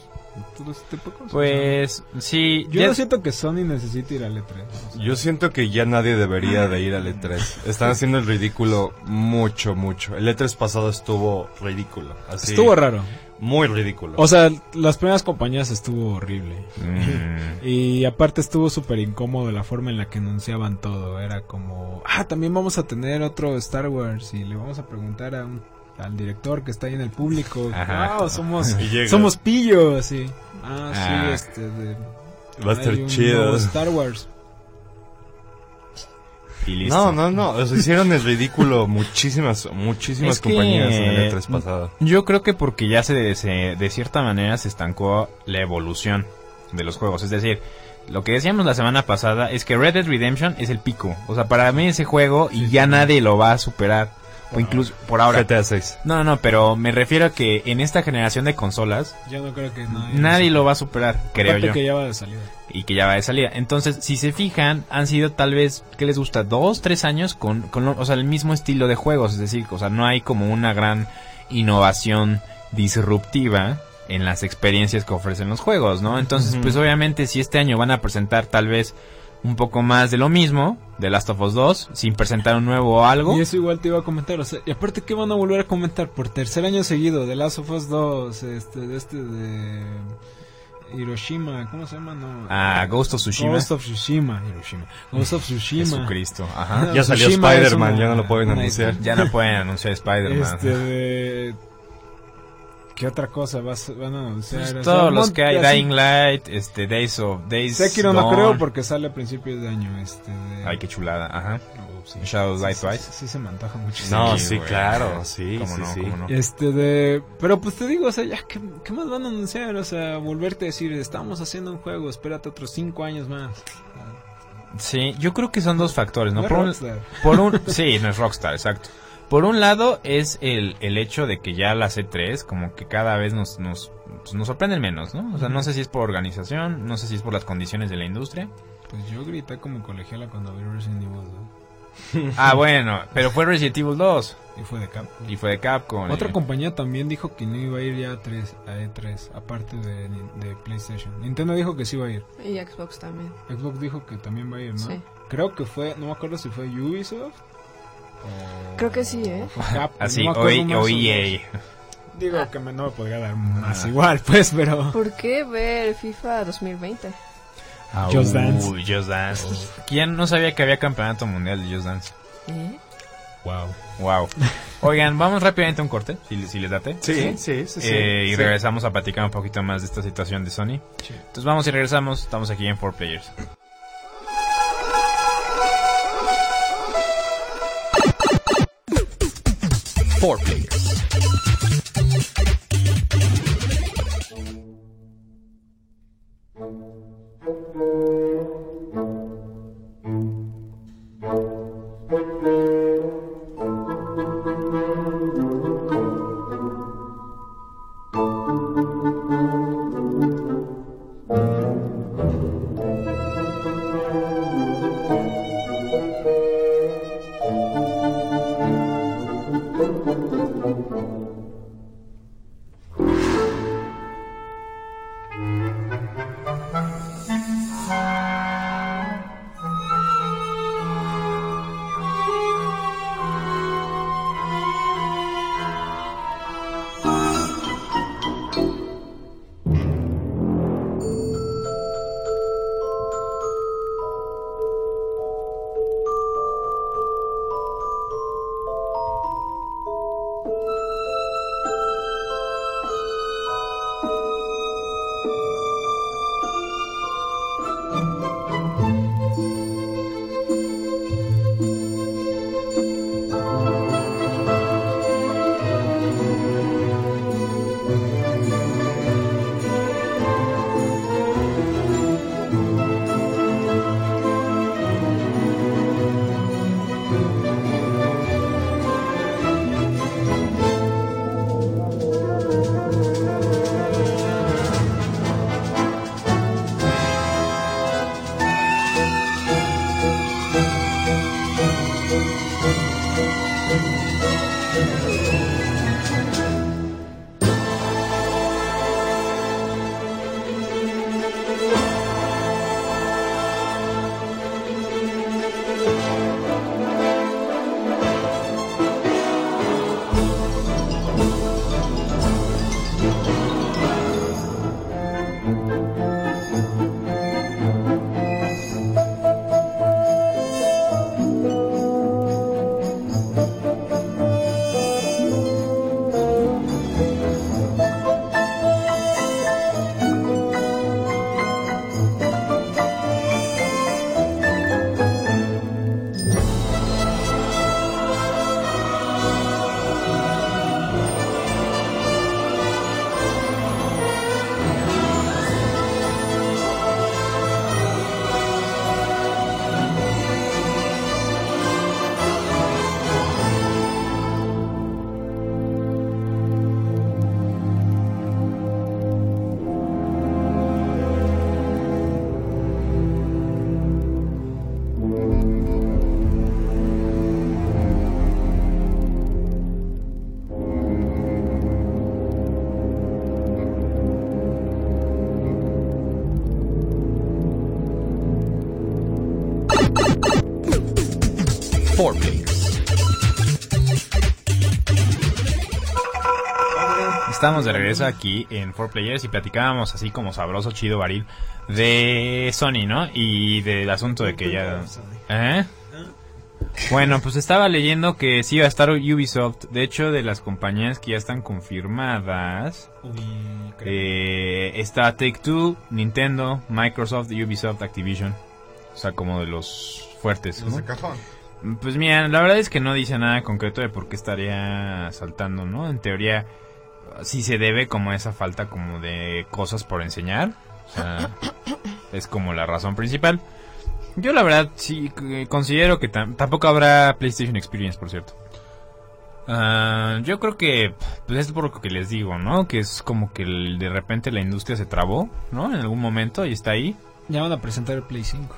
Speaker 3: todo ese tipo de cosas.
Speaker 2: Pues sí,
Speaker 3: Yo
Speaker 2: ya-
Speaker 3: no siento que Sony necesite ir al E3.
Speaker 5: Yo siento que ya nadie debería de ir al E3. Están haciendo el ridículo mucho, mucho. El E3 pasado estuvo ridículo. así,
Speaker 3: Estuvo raro.
Speaker 5: Muy ridículo.
Speaker 3: O sea, las primeras compañías estuvo horrible.
Speaker 2: Mm.
Speaker 3: Y aparte estuvo súper incómodo la forma en la que anunciaban todo. Era como, ah, también vamos a tener otro Star Wars y le vamos a preguntar a un- al director que está ahí en el público.
Speaker 2: Ajá.
Speaker 3: Wow, somos,
Speaker 5: Y llega.
Speaker 3: somos pillos. así. Ah,
Speaker 2: Ah.
Speaker 3: sí, este de-
Speaker 5: Va a
Speaker 3: hay
Speaker 5: estar
Speaker 3: un
Speaker 5: chido.
Speaker 3: nuevo Star Wars.
Speaker 2: Y listo.
Speaker 5: No, no, no. O sea, hicieron el ridículo muchísimas, muchísimas
Speaker 2: Es que-
Speaker 5: compañías en el E3 pasado.
Speaker 2: Yo creo que porque ya se, se- de cierta manera se estancó la evolución de los juegos. Es decir, lo que decíamos la semana pasada es que Red Dead Redemption es el pico. O sea, para mí ese juego y ya nadie lo va a superar. o incluso por ahora.
Speaker 5: GTA 6.
Speaker 2: No, no, no, pero me refiero a que en esta generación de consolas
Speaker 3: Yo no creo que nadie.
Speaker 2: nadie lo va a superar, creo
Speaker 3: Aparte
Speaker 2: yo.
Speaker 3: que ya va de salida.
Speaker 2: Y que ya va de salida. Entonces, si se fijan, han sido tal vez, ¿qué les gusta? Dos, tres años con, con lo- o sea, el mismo estilo de juegos. Es decir, o sea, no hay como una gran innovación disruptiva en las experiencias que ofrecen los juegos, ¿no? Entonces, pues obviamente si este año van a presentar tal vez un poco más de lo mismo, de Last of Us 2, sin presentar un nuevo algo.
Speaker 3: Y eso igual te iba a comentar, o sea, y aparte que van a volver a comentar por tercer año seguido de Last of Us 2, este de este de Hiroshima, ¿cómo se llama? No. eh,
Speaker 2: Ah, Ghost of Tsushima.
Speaker 3: Ghost of Tsushima, Hiroshima. Ghost of Tsushima.
Speaker 2: Jesucristo, ajá. Este,
Speaker 3: No,
Speaker 5: Ya salió
Speaker 3: Tsushima es
Speaker 5: Spider-Man,
Speaker 3: una-
Speaker 5: ya no lo pueden
Speaker 3: una
Speaker 5: anunciar.
Speaker 3: IP.
Speaker 2: Ya no pueden anunciar Spider-Man.
Speaker 3: Este de ¿Qué otra cosa vas, van a anunciar?
Speaker 2: Pues
Speaker 3: O sea,
Speaker 2: todos los
Speaker 3: mon-
Speaker 2: que hay,
Speaker 3: así-
Speaker 2: Dying Light, este, Days of Days.
Speaker 3: Sekiro no
Speaker 2: Gone.
Speaker 3: creo porque sale a principios de año. Este, de-
Speaker 2: Ay, qué chulada, ajá.
Speaker 3: Oh, sí.
Speaker 2: Shadows
Speaker 3: Sí,
Speaker 2: Die
Speaker 3: sí,
Speaker 2: Twice.
Speaker 3: sí, sí se me antoja mucho.
Speaker 5: No,
Speaker 2: Sí,
Speaker 5: sí,
Speaker 2: güey.
Speaker 5: claro, sí,
Speaker 2: ¿Cómo
Speaker 5: sí,
Speaker 2: no,
Speaker 5: sí.
Speaker 2: cómo no.
Speaker 3: Este de... Pero pues te digo, o sea, ya, ¿qué, qué más van a anunciar? O sea, volverte a decir, estamos haciendo un juego, espérate otros cinco años más.
Speaker 2: Sí, yo creo que son dos factores, ¿no?
Speaker 3: No es
Speaker 2: por, un,
Speaker 3: Rockstar.
Speaker 2: por un- sí, no es Rockstar, exacto. Por un lado es el, el hecho de que ya la C3 como que cada vez nos, nos, pues, nos sorprenden menos, ¿no? O sea, no sé si es por organización, no sé si es por las condiciones de la industria.
Speaker 3: Pues yo grité como colegiala cuando vi Resident Evil 2.
Speaker 2: Ah, bueno, pero fue Resident Evil 2
Speaker 3: Y fue de cap.
Speaker 2: y fue de Capcom.
Speaker 3: Otra
Speaker 2: y-
Speaker 3: compañía también dijo que no iba a ir ya a, 3, a E3, aparte de, de PlayStation. Nintendo dijo que sí iba a ir.
Speaker 4: Y Xbox también.
Speaker 3: Xbox dijo que también va a ir, ¿no?
Speaker 4: Sí.
Speaker 3: Creo que fue, no me acuerdo si fue Ubisoft. o-
Speaker 4: Creo que sí, ¿eh?
Speaker 3: o fue Capcom,
Speaker 2: Así, E
Speaker 3: no me acuerdo
Speaker 2: hoy,
Speaker 3: más o
Speaker 2: hoy
Speaker 3: menos.
Speaker 2: EA.
Speaker 3: Digo que me- no me podría dar más igual, pues, pero.
Speaker 4: ¿Por qué ver FIFA 2020?
Speaker 2: Ah,
Speaker 3: Just Dance.
Speaker 2: uy, Just Dance. ¿Quién no sabía que había campeonato mundial de Just Dance?
Speaker 4: ¿Eh?
Speaker 3: Wow.
Speaker 2: Wow. Oigan, vamos rápidamente a un corte, si, si les date.
Speaker 5: Sí, sí, sí. sí,
Speaker 2: Eh, y
Speaker 5: sí.
Speaker 2: regresamos a platicar un poquito más de esta situación de Sony. Entonces vamos y regresamos, estamos aquí en 4 Players.
Speaker 10: Four players. Four players.
Speaker 2: Estamos de regreso aquí en 4 Players y platicábamos así como sabroso, chido, varil de Sony, ¿no? Y del asunto de que ya... ¿Eh? Bueno, pues estaba leyendo que sí iba a estar Ubisoft. De hecho, de las compañías que ya están confirmadas,
Speaker 3: Uy, creo.
Speaker 2: eh, está Take Two, Nintendo, Microsoft, Ubisoft, Activision. O sea, como de los fuertes. ¿no?
Speaker 11: Desde cajón.
Speaker 2: Pues mira, la verdad es que no dice nada concreto de por qué estaría saltando, ¿no? En teoría, sí se debe como a esa falta como de cosas por enseñar. O sea, es como la razón principal. Yo la verdad sí eh, considero que tam- tampoco habrá PlayStation Experience, por cierto. Ah, yo creo que pues es por lo que les digo, ¿no? Que es como que el- de repente la industria se trabó, ¿no? En algún momento y está ahí.
Speaker 3: Ya van a presentar el Play 5.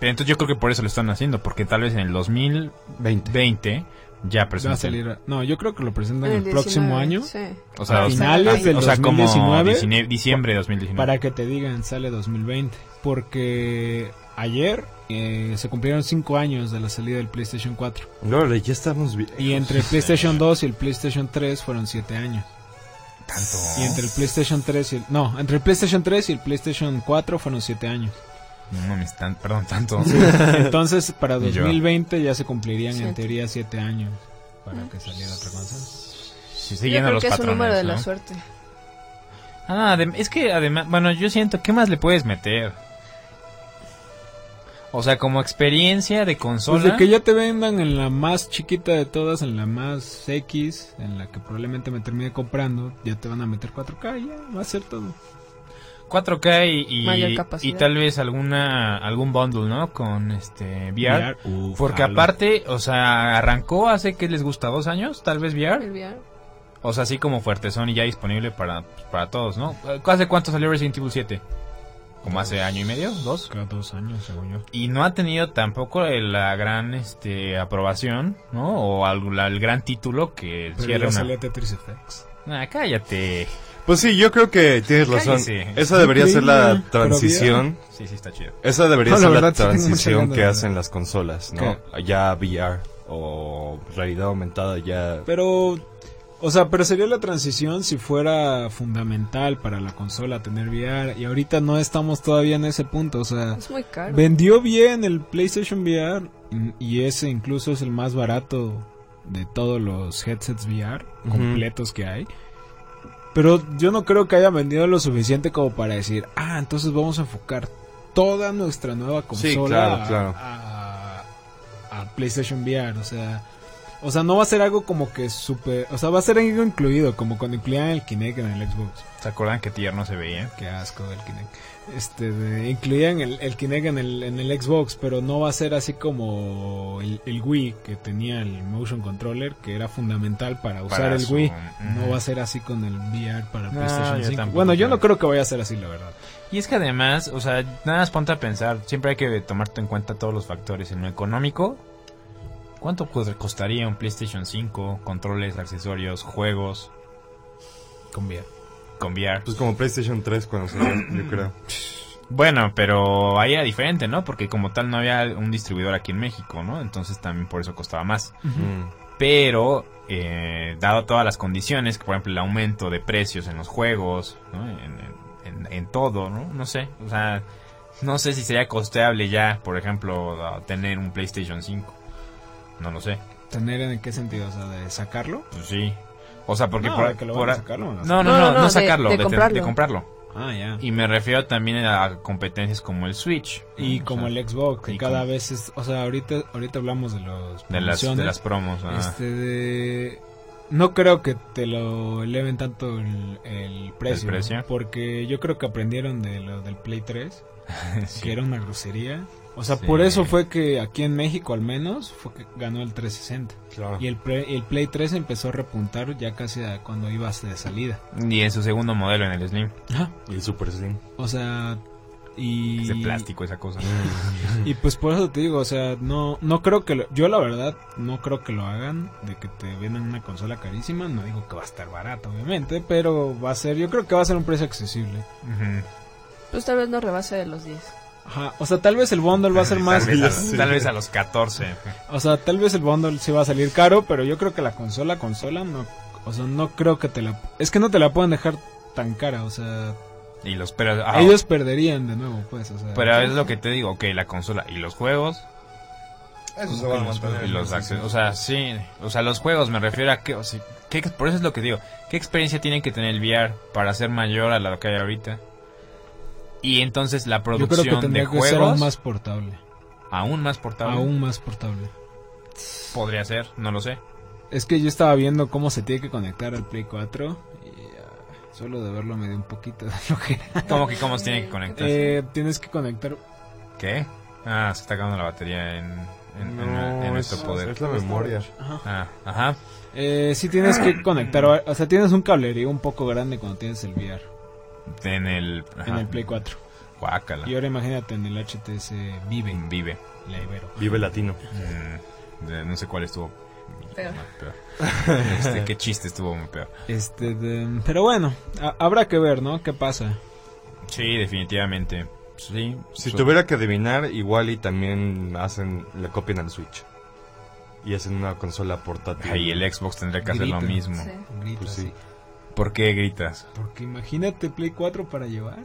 Speaker 2: Pero entonces yo creo que por eso lo están haciendo, porque tal vez en el 2020 ya
Speaker 3: Ya Va a
Speaker 2: presenten.
Speaker 3: salir. No, yo creo que lo presentan el,
Speaker 4: 19,
Speaker 3: próximo año.
Speaker 4: Sí.
Speaker 2: O
Speaker 3: A
Speaker 2: sea, ah,
Speaker 3: finales del
Speaker 2: o sea, como
Speaker 3: 2019,
Speaker 2: 19 diciembre de 2019.
Speaker 3: Para que te digan, sale 2020. Porque ayer eh, se cumplieron 5 años de la salida del PlayStation 4.
Speaker 5: Lore, ya estamos bien.
Speaker 3: Y entre el PlayStation 2 y el PlayStation 3 fueron 7 años.
Speaker 2: Tanto.
Speaker 3: Y entre el PlayStation 3 y el... No, entre el PlayStation 3 y el PlayStation 4 fueron 7 años.
Speaker 2: No mames, tan- perdón, tanto.
Speaker 3: Entonces, para
Speaker 2: Y yo.
Speaker 3: 2020 ya se cumplirían en
Speaker 4: Siete.
Speaker 3: teoría 7 años para que saliera otra consola.
Speaker 2: Sí,
Speaker 4: Yo
Speaker 2: siguiendo
Speaker 4: creo
Speaker 2: los
Speaker 4: que es un
Speaker 2: patrones,
Speaker 4: número de
Speaker 2: ¿no?
Speaker 4: la suerte.
Speaker 2: Ah, adem- es que además, bueno, yo siento, ¿qué más le puedes meter? O sea, como experiencia de
Speaker 3: Pues
Speaker 2: consola.
Speaker 3: de que ya te vendan en la más chiquita de todas, en la más X, en la que probablemente me termine comprando, ya te van a meter 4K, ya va a ser todo.
Speaker 2: 4K y, y-
Speaker 4: Mayor
Speaker 2: y
Speaker 4: capacidad.
Speaker 2: tal vez alguna algún bundle, ¿no? Con este VR.
Speaker 3: Uf,
Speaker 2: Porque
Speaker 3: jalo.
Speaker 2: aparte, o sea, arrancó hace que les gusta dos años, tal vez
Speaker 4: el
Speaker 2: VR.
Speaker 4: VR.
Speaker 2: O sea, así como fuertezón y ya disponible para, para todos, ¿no? ¿Hace cuánto salió Resident Evil 7? ¿Como hace año y medio? ¿Dos?
Speaker 3: Cada dos años, según yo.
Speaker 2: Y no ha tenido tampoco el- la gran este, aprobación, ¿no? O al- la- el gran título que
Speaker 3: Pero
Speaker 2: cierra
Speaker 3: ya
Speaker 2: una-
Speaker 3: salió Tetris Effects.
Speaker 2: Ah, cállate.
Speaker 5: Pues sí, yo creo que tienes razón.
Speaker 2: Cállese.
Speaker 5: Esa debería ser la
Speaker 3: Increíble,
Speaker 5: transición.
Speaker 2: Sí, sí, está chido.
Speaker 5: Esa debería
Speaker 3: No, la
Speaker 5: ser la,
Speaker 3: verdad, sí tengo muchas
Speaker 5: transición
Speaker 3: ganas
Speaker 5: que
Speaker 3: de-
Speaker 5: hacen las consolas, ¿no? Ya VR o realidad aumentada ya...
Speaker 3: Pero, o sea, pero sería la transición si fuera fundamental para la consola tener VR, y ahorita no estamos todavía en ese punto, o sea...
Speaker 4: Es muy caro.
Speaker 3: Vendió bien el PlayStation VR mm, y ese incluso es el más barato de todos los headsets VR completos que hay. Pero yo no creo que haya vendido lo suficiente como para decir, ah, entonces vamos a enfocar toda nuestra nueva consola
Speaker 5: Sí, claro,
Speaker 3: a-
Speaker 5: claro.
Speaker 3: A, a PlayStation VR, o sea, o sea, no va a ser algo como que super, o sea, va a ser algo incluido, como cuando incluían el Kinect en el Xbox.
Speaker 2: ¿Se acuerdan que tierno se veía?
Speaker 3: Qué asco del Kinect. Este, de- incluían el, el Kinect en el, en el Xbox, pero no va a ser así como el, el Wii que tenía el Motion Controller, que era fundamental para usar
Speaker 2: Para
Speaker 3: el
Speaker 2: su-
Speaker 3: Wii.
Speaker 2: Ujú.
Speaker 3: No va a ser así con el VR para el
Speaker 2: No,
Speaker 3: PlayStation
Speaker 2: yo
Speaker 3: 5.
Speaker 2: tampoco
Speaker 3: bueno, yo no
Speaker 2: creo.
Speaker 3: creo que vaya a ser así, la verdad.
Speaker 2: Y es que además, o sea, nada más ponte a pensar, siempre hay que tomarte en cuenta todos los factores. En lo económico, ¿cuánto cos- costaría un PlayStation 5? Controles, accesorios, juegos. Con VR. Con VR.
Speaker 5: Pues como PlayStation 3 cuando salió, yo creo.
Speaker 2: Bueno, pero ahí era diferente, ¿no? Porque como tal no había un distribuidor aquí en México, ¿no? Entonces también por eso costaba más.
Speaker 5: Mm.
Speaker 2: Pero, eh, dado todas las condiciones, que por ejemplo el aumento de precios en los juegos, ¿no? En, en- en- en todo, ¿no? No sé, o sea, no sé si sería costeable ya, por ejemplo, a tener un PlayStation 5. No lo sé,
Speaker 3: ¿Tener en qué sentido? O sea, de sacarlo.
Speaker 2: pues sí. O sea, porque
Speaker 3: No,
Speaker 2: por,
Speaker 3: de que lo
Speaker 2: por-
Speaker 3: van a sacar, lo van a
Speaker 2: no, no, no,
Speaker 4: No,
Speaker 2: no,
Speaker 4: no, de-
Speaker 2: sacarlo,
Speaker 4: de
Speaker 2: de, ten-
Speaker 4: comprarlo.
Speaker 2: de comprarlo.
Speaker 3: Ah, ya.
Speaker 2: Y me refiero también a competencias como el Switch. ¿no?
Speaker 3: Ah, Y
Speaker 2: O
Speaker 3: como
Speaker 2: sea,
Speaker 3: el Xbox, que
Speaker 2: y
Speaker 3: cada
Speaker 2: como-
Speaker 3: vez es. O sea, ahorita, ahorita hablamos de los.
Speaker 2: de las, de
Speaker 3: promociones.
Speaker 2: las promos. ajá.
Speaker 3: Este de... No creo que te lo eleven tanto el, el precio.
Speaker 2: ¿El precio?
Speaker 3: Porque yo creo que aprendieron de lo del Play 3,
Speaker 2: Sí.
Speaker 3: que era una grosería. O sea,
Speaker 2: Sí.
Speaker 3: por eso fue que aquí en México al menos fue que ganó el 360.
Speaker 2: Ah.
Speaker 5: Claro.
Speaker 3: Y el, pre- el Play 3 empezó a repuntar ya casi a cuando ibas de salida.
Speaker 2: Y en su segundo modelo en el Slim.
Speaker 5: Y el Super Slim.
Speaker 3: O sea, y...
Speaker 2: Es de plástico esa cosa.
Speaker 3: Y pues por eso te digo, o sea, no, no creo que lo- yo la verdad no creo que lo hagan de que te vendan una consola carísima, no digo que va a estar barata obviamente, pero va a ser, yo creo que va a ser un precio accesible.
Speaker 2: Ujú.
Speaker 4: Pues tal vez no rebase de los 10.
Speaker 3: Ajá, o sea, tal vez el bundle va a ser más,
Speaker 2: Tal vez, a, tal vez a los 14.
Speaker 3: o sea, tal vez el bundle sí va a salir caro, pero yo creo que la consola consola no, o sea, no creo que te la es que no te la pueden dejar tan cara, o sea,
Speaker 2: Y los pero, ah,
Speaker 3: ellos perderían de nuevo, pues, o sea.
Speaker 2: pero es lo que te digo, ok, la consola y los juegos.
Speaker 5: Eso se
Speaker 2: Y
Speaker 5: va a ¿eh?
Speaker 2: los
Speaker 5: mantener.
Speaker 2: juegos- y los accesos, o sea, sí, o sea, los juegos me refiero a que, o sea, ¿qué ex- por eso es lo que digo, ¿qué experiencia tiene que tener el VR para ser mayor a la que hay ahorita? Y entonces la
Speaker 3: Yo creo que
Speaker 2: producción de
Speaker 3: tendría que ser
Speaker 2: juegos
Speaker 3: aún más portable.
Speaker 2: aún más portable
Speaker 3: Aún más portable.
Speaker 2: podría ser, no lo sé.
Speaker 3: Es que yo estaba viendo cómo se tiene que conectar al Play 4 y ah, solo de verlo me dio un poquito de flojera.
Speaker 2: ¿Cómo que cómo se tiene que conectar?
Speaker 3: Eh, tienes que conectar
Speaker 2: ¿Qué? Ah, se está acabando la batería en, en, en- en nuestro poder.
Speaker 5: Es la memoria.
Speaker 2: Ah, ajá.
Speaker 3: Eh, sí tienes que conectar, va- o sea, tienes un cablerío un poco grande cuando tienes el VR
Speaker 2: En el, ajá.
Speaker 3: en el Play 4.
Speaker 2: Guácala.
Speaker 3: Y ahora imagínate en el HTC Vive,
Speaker 2: Vive.
Speaker 3: la Ibero.
Speaker 5: Vive latino.
Speaker 2: Mm, de- no sé cuál estuvo peor. Este, qué chiste estuvo muy peor.
Speaker 3: Este, de- pero bueno, a- habrá que ver, ¿no? ¿Qué pasa?
Speaker 2: Sí, definitivamente. Sí.
Speaker 5: Si
Speaker 2: so-
Speaker 5: tuviera que adivinar, igual y también hacen, le copian al Switch. Y hacen una consola portátil.
Speaker 2: Ay, el Xbox tendría que hacer lo
Speaker 3: Grita.
Speaker 2: mismo.
Speaker 4: Sí.
Speaker 3: Grita
Speaker 5: Pues sí.
Speaker 3: así.
Speaker 2: ¿Por qué gritas?
Speaker 3: Porque imagínate Play 4 para llevar.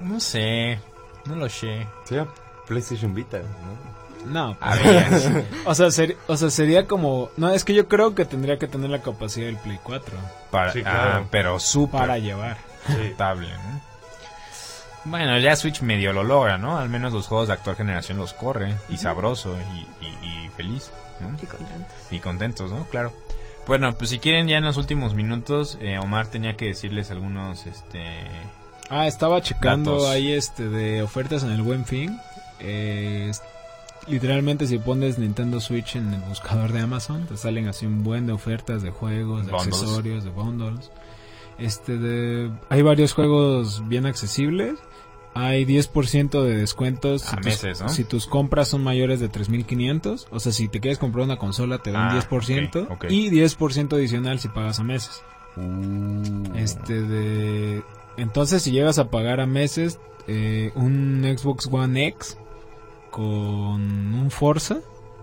Speaker 2: No sé. No lo sé.
Speaker 5: Sí, PlayStation Vita, ¿no?
Speaker 3: No, pues,
Speaker 2: A ver.
Speaker 3: o sea, ser- o sea, sería como, no, es que yo creo que tendría que tener la capacidad del Play 4
Speaker 2: para,
Speaker 5: Sí, claro.
Speaker 2: ah, pero súper
Speaker 3: para llevar.
Speaker 2: aceptable, ¿no? Bueno, ya Switch medio lo logra, ¿no? Al menos los juegos de actual generación los corre. Y sabroso y, y- y feliz. ¿no?
Speaker 4: Y contento.
Speaker 2: y contentos, ¿no? Claro. Bueno, pues si quieren ya en los últimos minutos, eh, Omar tenía que decirles algunos, este...
Speaker 3: Ah, estaba checando
Speaker 2: Datos.
Speaker 3: ahí este de ofertas en el Buen Fin. Eh, es- literalmente si pones Nintendo Switch en el buscador de Amazon, te salen así un buen de ofertas de juegos, de
Speaker 2: Bundles.
Speaker 3: accesorios, de bundles. Este de hay varios juegos bien accesibles. Hay 10% de descuentos
Speaker 2: A meses, ¿no?
Speaker 3: si tus compras son mayores de 3500, o sea, si te quieres comprar una consola te dan
Speaker 2: Ah,
Speaker 3: 10%
Speaker 2: ok, ok.
Speaker 3: y 10% adicional si pagas a meses.
Speaker 2: Uh.
Speaker 3: Este de. Entonces, si llegas a pagar a meses eh, un Xbox One X con un Forza,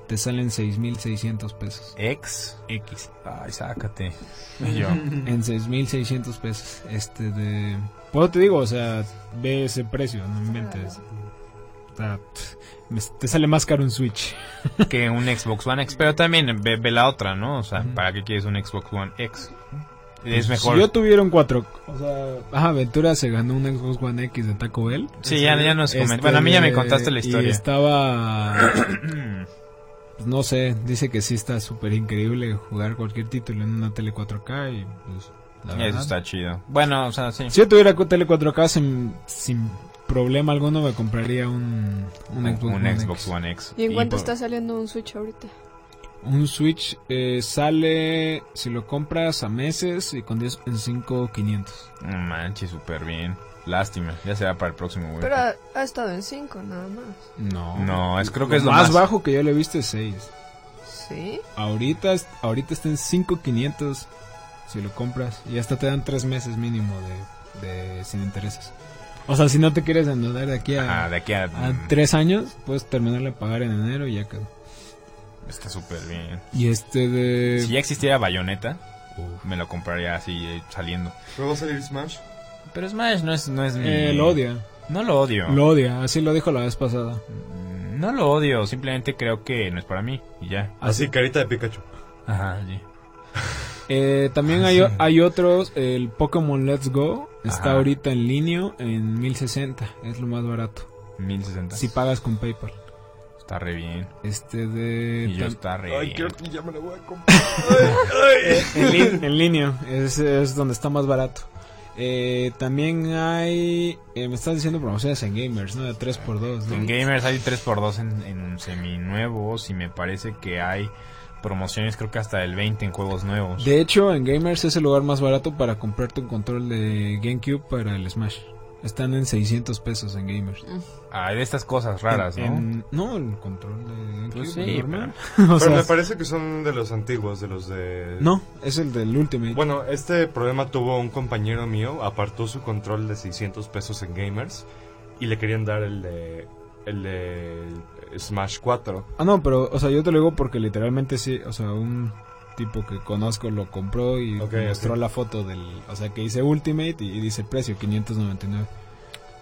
Speaker 3: te salen 6.600 pesos.
Speaker 2: Ex.
Speaker 3: X.
Speaker 2: Ay, sácate. Y yo.
Speaker 3: En 6.600 pesos. Este de. Pues te digo, o sea, ve ese precio, no inventes. O sea, pff, me- te sale más caro un Switch.
Speaker 2: que un Xbox One X, pero también ve, ve la otra, ¿no? O sea,
Speaker 3: Ujú. Pues,
Speaker 2: ¿para qué quieres un Xbox One X? Es
Speaker 3: Si yo
Speaker 2: mejor...
Speaker 3: tuviera un 4. O sea, ah, Ventura se ganó un Xbox One X de Taco Bell.
Speaker 2: Sí, ya, ya nos comentó.
Speaker 3: Este,
Speaker 2: Bueno, a mí ya me
Speaker 3: eh,
Speaker 2: contaste la
Speaker 3: Y
Speaker 2: historia.
Speaker 3: estaba. pues, no sé, dice que sí está súper increíble jugar cualquier título en una tele 4K y pues. La
Speaker 2: Eso
Speaker 3: verdad.
Speaker 2: está chido. Bueno, o sea, sí.
Speaker 3: Si yo tuviera cu- tele 4K sin, sin problema alguno me compraría un, un Xbox
Speaker 2: un
Speaker 3: One
Speaker 2: Xbox
Speaker 3: X.
Speaker 2: One X. pues,
Speaker 4: ¿Y en cuánto
Speaker 2: por-
Speaker 4: está saliendo un Switch ahorita?
Speaker 3: Un Switch eh, sale, si lo compras a meses y con 10 en 5500.
Speaker 2: No manches, súper bien. Lástima, ya será para el próximo, güey.
Speaker 4: Pero ha, ha estado en 5 nada más.
Speaker 3: No.
Speaker 2: No, es creo que
Speaker 3: Lo
Speaker 2: es lo
Speaker 3: más,
Speaker 2: más...
Speaker 3: bajo que yo le he visto es 6.
Speaker 4: Sí.
Speaker 3: Ahorita, es- ahorita está en 5,500 si lo compras. Y hasta te dan 3 meses mínimo de, de- sin intereses. O sea, si no te quieres endeudar de aquí
Speaker 2: Ah,
Speaker 3: a,
Speaker 2: de aquí a...
Speaker 3: 3 años, puedes terminarle de pagar en enero y ya quedó.
Speaker 2: Está súper bien.
Speaker 3: Y este de...
Speaker 2: Si ya existiera Bayonetta, me lo compraría así eh, saliendo.
Speaker 5: ¿Pero va a salir Smash?
Speaker 2: Pero Smash no es, no es mi.
Speaker 3: eh, lo odia.
Speaker 2: No lo odio.
Speaker 3: Lo odia. Así lo dijo la vez pasada.
Speaker 2: Mm, No lo odio, simplemente creo que no es para mí y ya.
Speaker 3: Ah.
Speaker 5: Así, carita de Pikachu.
Speaker 2: Ajá, sí.
Speaker 3: Eh,
Speaker 2: Ah,
Speaker 3: también hay, o- hay otros. El Pokémon Let's Go está
Speaker 2: Ajá.
Speaker 3: ahorita en línea en 1060. Es lo más barato.
Speaker 2: 1060.
Speaker 3: Si pagas con PayPal.
Speaker 2: Está re bien.
Speaker 3: Este de...
Speaker 2: Y yo
Speaker 3: tam-
Speaker 2: está re bien.
Speaker 5: que ya me la voy a comprar. Eh,
Speaker 3: en, lin- en línea, es, es donde está más barato. Eh, también hay, eh, me estás diciendo promociones en gamers, ¿no? De 3x2. ¿no?
Speaker 2: En Gamers hay 3x2 en, en un seminuevos y me parece que hay promociones, creo que hasta el 20 en juegos nuevos.
Speaker 3: De hecho, en gamers es el lugar más barato para comprarte un control de GameCube para el Smash. Están en 600 pesos en gamers.
Speaker 2: Hay de estas cosas raras, ¿no?
Speaker 3: En- no, el control de GameCube
Speaker 2: Pues
Speaker 3: el
Speaker 2: sí,
Speaker 3: normal. O
Speaker 5: Pero
Speaker 3: sea,
Speaker 5: me parece que son de los antiguos, de los de...
Speaker 3: no, es el del Ultimate.
Speaker 5: Bueno, este problema tuvo un compañero mío, apartó su control de 600 pesos en Gamers y le querían dar el de, el de Smash 4.
Speaker 3: Ah, no, pero, o sea, yo te lo digo porque literalmente sí, o sea, un tipo que conozco lo compró y
Speaker 5: Ok,
Speaker 3: mostró
Speaker 5: ok.
Speaker 3: la foto del, o sea, que dice Ultimate y, y dice precio 599.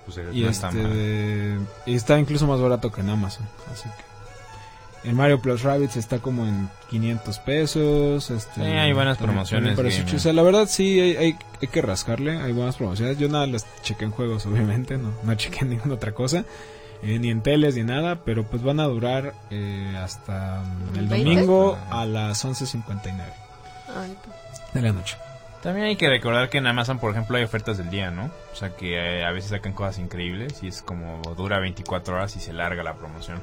Speaker 5: Pues eh,
Speaker 3: Y
Speaker 5: no está
Speaker 3: este,
Speaker 5: mal.
Speaker 3: de- y está incluso más barato que en Amazon. Así que. El Mario Plus Rabbits está como en 500 pesos. Este,
Speaker 2: Sí, hay buenas
Speaker 3: también-
Speaker 2: promociones
Speaker 3: también para
Speaker 2: gamer.
Speaker 3: Switch. O sea, la verdad sí, hay, hay, hay que rascarle. Hay buenas promociones. Yo nada, las chequé en juegos, obviamente. No, no chequé en ninguna otra cosa. eh, ni en teles ni nada. Pero pues van a durar eh, hasta mm, el
Speaker 4: ¿El 20?
Speaker 3: domingo
Speaker 2: Ah.
Speaker 3: a las 11.59
Speaker 4: Ay, pues.
Speaker 3: de la noche.
Speaker 2: También hay que recordar que en Amazon, por ejemplo, hay ofertas del día, ¿no? O sea que eh, a veces sacan cosas increíbles y es como dura 24 horas y se larga la promoción.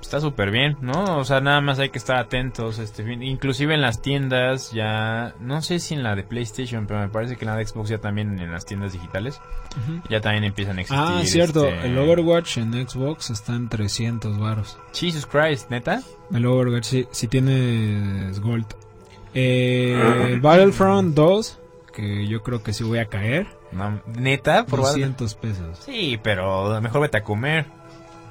Speaker 2: Está súper bien, ¿no? O sea, nada más hay que estar atentos. Este fin. Inclusive en las tiendas ya, no sé si en la de PlayStation, pero me parece que en la de Xbox ya también en las tiendas digitales ya también empiezan a existir.
Speaker 3: Ah, cierto.
Speaker 2: este,
Speaker 3: El Overwatch en Xbox está en 300 varos.
Speaker 2: Jesus Christ, neta.
Speaker 3: El Overwatch, si, tienes Gold. Eh, el Battlefront 2, que yo creo que sí voy a caer.
Speaker 2: No, neta, por
Speaker 3: 200 pesos.
Speaker 2: Sí, pero mejor vete a comer.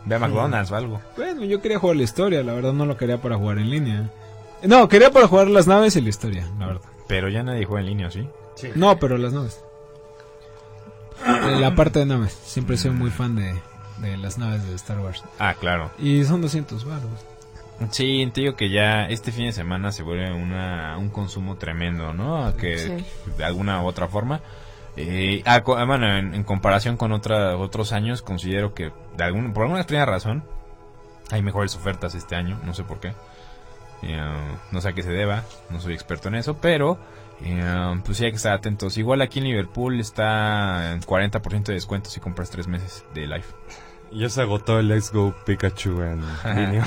Speaker 2: Ve a McDonald's o algo.
Speaker 3: Bueno, yo quería jugar la historia, la verdad no lo quería para jugar en línea. No, quería para jugar las naves y la historia, la verdad.
Speaker 2: Pero ya nadie juega en línea, ¿sí?
Speaker 3: No, pero las naves. Eh, La parte de naves. Siempre soy muy fan de, de las naves de Star Wars.
Speaker 2: Ah, claro.
Speaker 3: Y son 200 baros.
Speaker 2: Sí, te digo que ya este fin de semana se vuelve una, un consumo tremendo, ¿no? Que
Speaker 4: Sí.
Speaker 2: de alguna u otra forma. Eh, ah, co- ah, bueno, en, en comparación con otra, otros años, considero que de algún, por alguna extraña razón hay mejores ofertas este año, no sé por qué. Eh, no sé a qué se deba, no soy experto en eso, pero eh, pues sí hay que estar atentos. Igual aquí en Liverpool está en 40% de descuento si compras tres meses de live.
Speaker 5: Ya se agotó el Let's Go Pikachu en línea.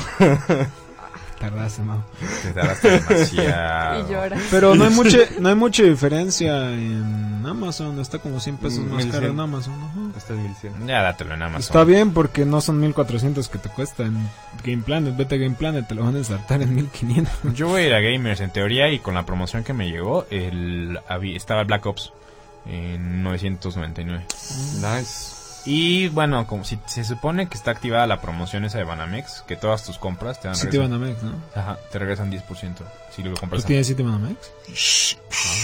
Speaker 3: Tardaste, Mau.
Speaker 2: Te tardaste demasiado.
Speaker 4: Y llora.
Speaker 3: Pero no hay mucha, no hay mucha diferencia en Amazon, está como 100 pesos
Speaker 2: Mm,
Speaker 3: más caro en Amazon. ajá.
Speaker 5: Está en 1100.
Speaker 2: Ya dátelo en Amazon.
Speaker 3: Está bien porque no son 1400 que te cuesta en Game Planet, vete a Game Planet, te lo van a ensartar en 1500.
Speaker 2: Yo voy a ir a Gamers en teoría y con la promoción que me llegó, el, habí- estaba el Black Ops en 999.
Speaker 5: Nice.
Speaker 2: Y bueno, como si se supone que está activada la promoción esa de Banamex, que todas tus compras te dan
Speaker 3: City Banamex, ¿no?
Speaker 2: Ajá, te regresan 10% si lo
Speaker 3: ¿Tú
Speaker 2: compras. a-
Speaker 3: tienes City Banamex? Ah,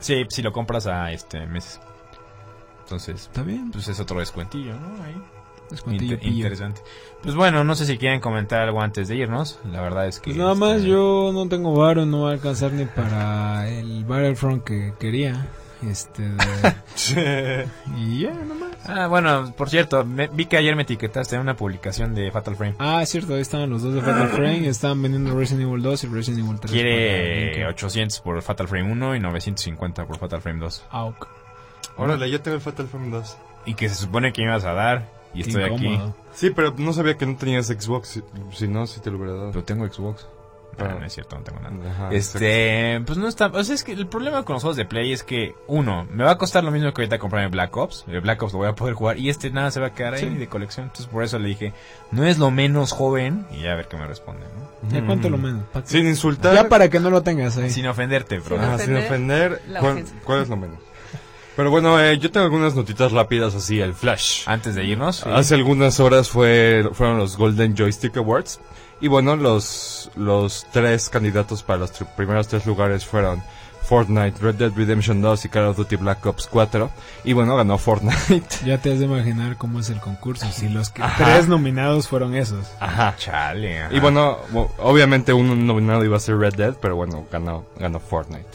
Speaker 2: sí, si lo compras a este meses. Entonces,
Speaker 3: Está bien,
Speaker 2: pues es otro descuentillo, ¿no? Ahí.
Speaker 3: descuentillo
Speaker 2: Inter-
Speaker 3: pillo.
Speaker 2: interesante. Pues bueno, no sé si quieren comentar algo antes de irnos. La verdad es que
Speaker 3: Pues nada más
Speaker 2: este,
Speaker 3: yo no tengo varo, no va a alcanzar ni para el Battlefront que quería. Este de- y ya, nada más.
Speaker 2: Ah, bueno, por cierto, me- vi que ayer me etiquetaste en una publicación de Fatal Frame.
Speaker 3: Ah, es cierto, ahí estaban los dos de Fatal Frame, estaban vendiendo Resident Evil 2 y Resident Evil 3.
Speaker 2: Ah. Quiere
Speaker 3: para GameCube.
Speaker 2: 800 por Fatal Frame 1 y 950 por Fatal Frame 2.
Speaker 3: Auk.
Speaker 5: Órale, yo tengo el Fatal Frame 2.
Speaker 2: Y que se supone que me ibas a dar y estoy aquí.
Speaker 3: Incómodo.
Speaker 5: Sí, pero no sabía que no tenías Xbox. Si, si no, si te lo hubiera dado.
Speaker 2: Pero tengo Xbox. No,
Speaker 5: Ah.
Speaker 2: no es cierto, no tengo nada.
Speaker 5: Ajá,
Speaker 3: Ah,
Speaker 2: Este, pues no está. O sea, es que el problema con los juegos de Play es que, uno, me va a costar lo mismo que ahorita comprarme Black Ops. El Black Ops lo voy a poder jugar y este nada se va a quedar ahí de colección. Entonces, por eso le dije, no es lo menos joven. Y ya a ver qué me responde, ¿no?
Speaker 3: ¿Ya cuánto lo menos? Eh, Pa-
Speaker 5: Sin insultar.
Speaker 3: Ya para que no lo tengas ahí.
Speaker 2: Sin ofenderte, bro.
Speaker 4: Sin
Speaker 5: Ajá, sin ofender.
Speaker 4: la
Speaker 5: ¿cuál-
Speaker 4: ofensa.
Speaker 5: ¿Cuál es lo menos? Pero bueno, eh, yo tengo algunas notitas rápidas así, el flash.
Speaker 2: Antes de irnos,
Speaker 3: Ah,
Speaker 5: Hace algunas horas fue, fueron los Golden Joystick Awards. Y bueno, los, los tres candidatos para los tr- primeros tres lugares fueron Fortnite, Red Dead Redemption 2 y Call of Duty Black Ops 4. Y bueno, ganó Fortnite.
Speaker 3: Ya te has de imaginar cómo es el concurso. Si los que tres nominados fueron esos.
Speaker 2: Ajá. Chale. ajá.
Speaker 5: Y bueno, bo- obviamente uno nominado iba a ser Red Dead, pero bueno, ganó, ganó Fortnite.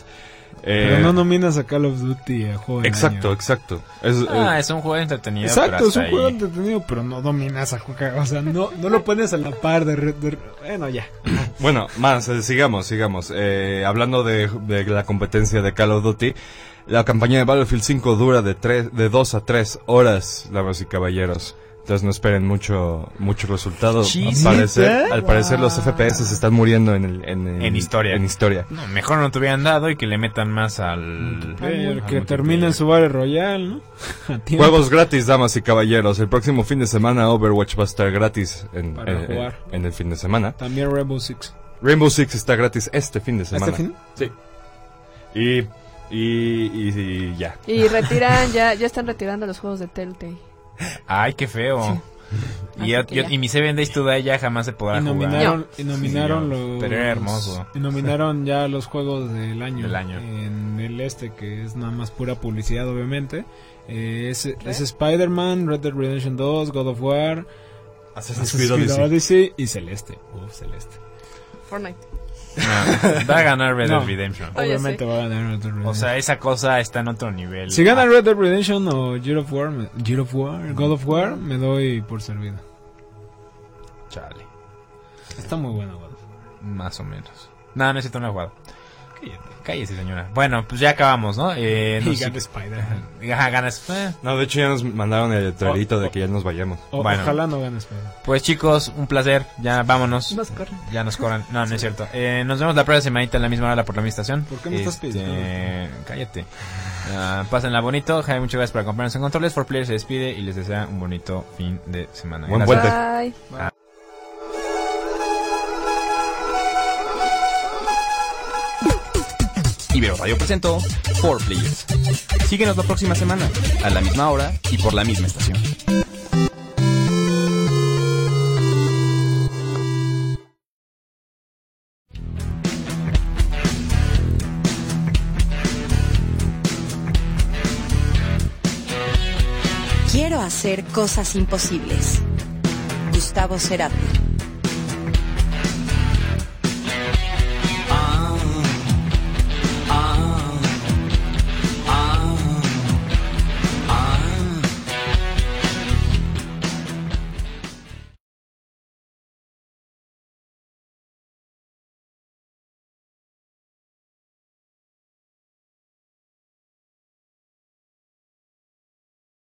Speaker 5: Eh,
Speaker 3: Pero no nominas a Call of Duty a juego del
Speaker 5: exacto,
Speaker 3: año.
Speaker 5: exacto. Es-
Speaker 2: Ah,
Speaker 5: eh,
Speaker 2: es un juego entretenido.
Speaker 3: Exacto,
Speaker 2: pero
Speaker 3: es un
Speaker 2: hasta
Speaker 3: juego
Speaker 2: ahí.
Speaker 3: entretenido, pero no dominas a juego. O sea, no, no lo pones a la par de Red Dead. Bueno, ya.
Speaker 5: Bueno, más, eh, sigamos, sigamos. Eh, hablando de, de la competencia de Call of Duty, la campaña de Battlefield 5 dura de tres, de 2 a 3 horas, damas y caballeros. Entonces no esperen mucho, mucho resultado. Al
Speaker 2: ¿Chisita?
Speaker 5: parecer, al parecer los FPS se están muriendo en, el-
Speaker 2: En historia.
Speaker 5: En historia.
Speaker 2: No, mejor no te hubieran dado y que le metan más al.
Speaker 3: El
Speaker 2: al
Speaker 3: que
Speaker 2: multiplayer.
Speaker 3: termina en su Battle Royale, ¿no? A tiempo
Speaker 5: Juegos gratis, damas y caballeros. El próximo fin de semana Overwatch va a estar gratis en,
Speaker 3: Para
Speaker 5: en-
Speaker 3: jugar.
Speaker 5: en el fin de semana.
Speaker 3: También Rainbow Six.
Speaker 5: Rainbow Six está gratis este fin de semana.
Speaker 3: ¿Este fin?
Speaker 5: Y, y, y- y ya.
Speaker 4: Y retiran, ya, ya están retirando los juegos de Telltale.
Speaker 2: Ay, qué feo. Y,
Speaker 4: Así que
Speaker 2: yo-
Speaker 4: ya.
Speaker 2: y mi Seven Days to Die ya jamás se podrá
Speaker 3: Y
Speaker 2: jugar.
Speaker 3: nominaron, y nominaron
Speaker 5: Dios.
Speaker 3: los.
Speaker 2: Pero era hermoso.
Speaker 3: y nominaron ya los juegos del año.
Speaker 2: Del año.
Speaker 3: En el este, que es nada más pura publicidad, obviamente. Eh, es es Spider-Man, Red Dead Redemption 2, God of War,
Speaker 5: Assassin's
Speaker 3: Assassin's
Speaker 5: Creed
Speaker 3: Creed
Speaker 5: Odyssey.
Speaker 3: Odyssey y Celeste. Uf, Celeste.
Speaker 4: Fortnite.
Speaker 2: No, va a ganar Red Dead
Speaker 3: No.
Speaker 2: Redemption.
Speaker 4: Oye,
Speaker 3: obviamente va a ganar Red Dead Redemption.
Speaker 2: O sea, esa cosa está en otro nivel.
Speaker 3: si gana Red Dead Redemption o Gears of War, me- Gears of War, God of War, me doy por servido.
Speaker 2: Ah, chale.
Speaker 3: Está muy bueno, God of War.
Speaker 2: Más o menos. No, necesito una jugada. Cállese, señora. Bueno, pues ya acabamos, ¿no? Eh, no
Speaker 3: Y
Speaker 2: sé-
Speaker 3: gana Spider-Man.
Speaker 2: Ajá, ganas. eh.
Speaker 5: No, de hecho ya nos mandaron el letrerito de que ya nos vayamos.
Speaker 3: O-
Speaker 2: Bueno.
Speaker 3: Ojalá no gane Spider-Man.
Speaker 2: Pues chicos, un placer. Ya vámonos.
Speaker 4: Nos corren.
Speaker 2: Ya nos cobran. No, no es cierto. Eh, nos vemos la próxima semanita en la misma hora por la misma estación.
Speaker 3: ¿Por qué me estás
Speaker 2: Este,
Speaker 3: pidiendo?
Speaker 2: Cállate. Ah, pásenla bonito. Jaime, muchas gracias por acompañarnos en Controles. For Player se despide y les desea un bonito fin de semana.
Speaker 5: Buen
Speaker 2: Gracias.
Speaker 5: vuelta.
Speaker 4: Bye.
Speaker 10: Ibero Radio presentó Four Players. Síguenos la próxima semana, a la misma hora y por la misma estación.
Speaker 11: Quiero hacer cosas imposibles. Gustavo Cerati.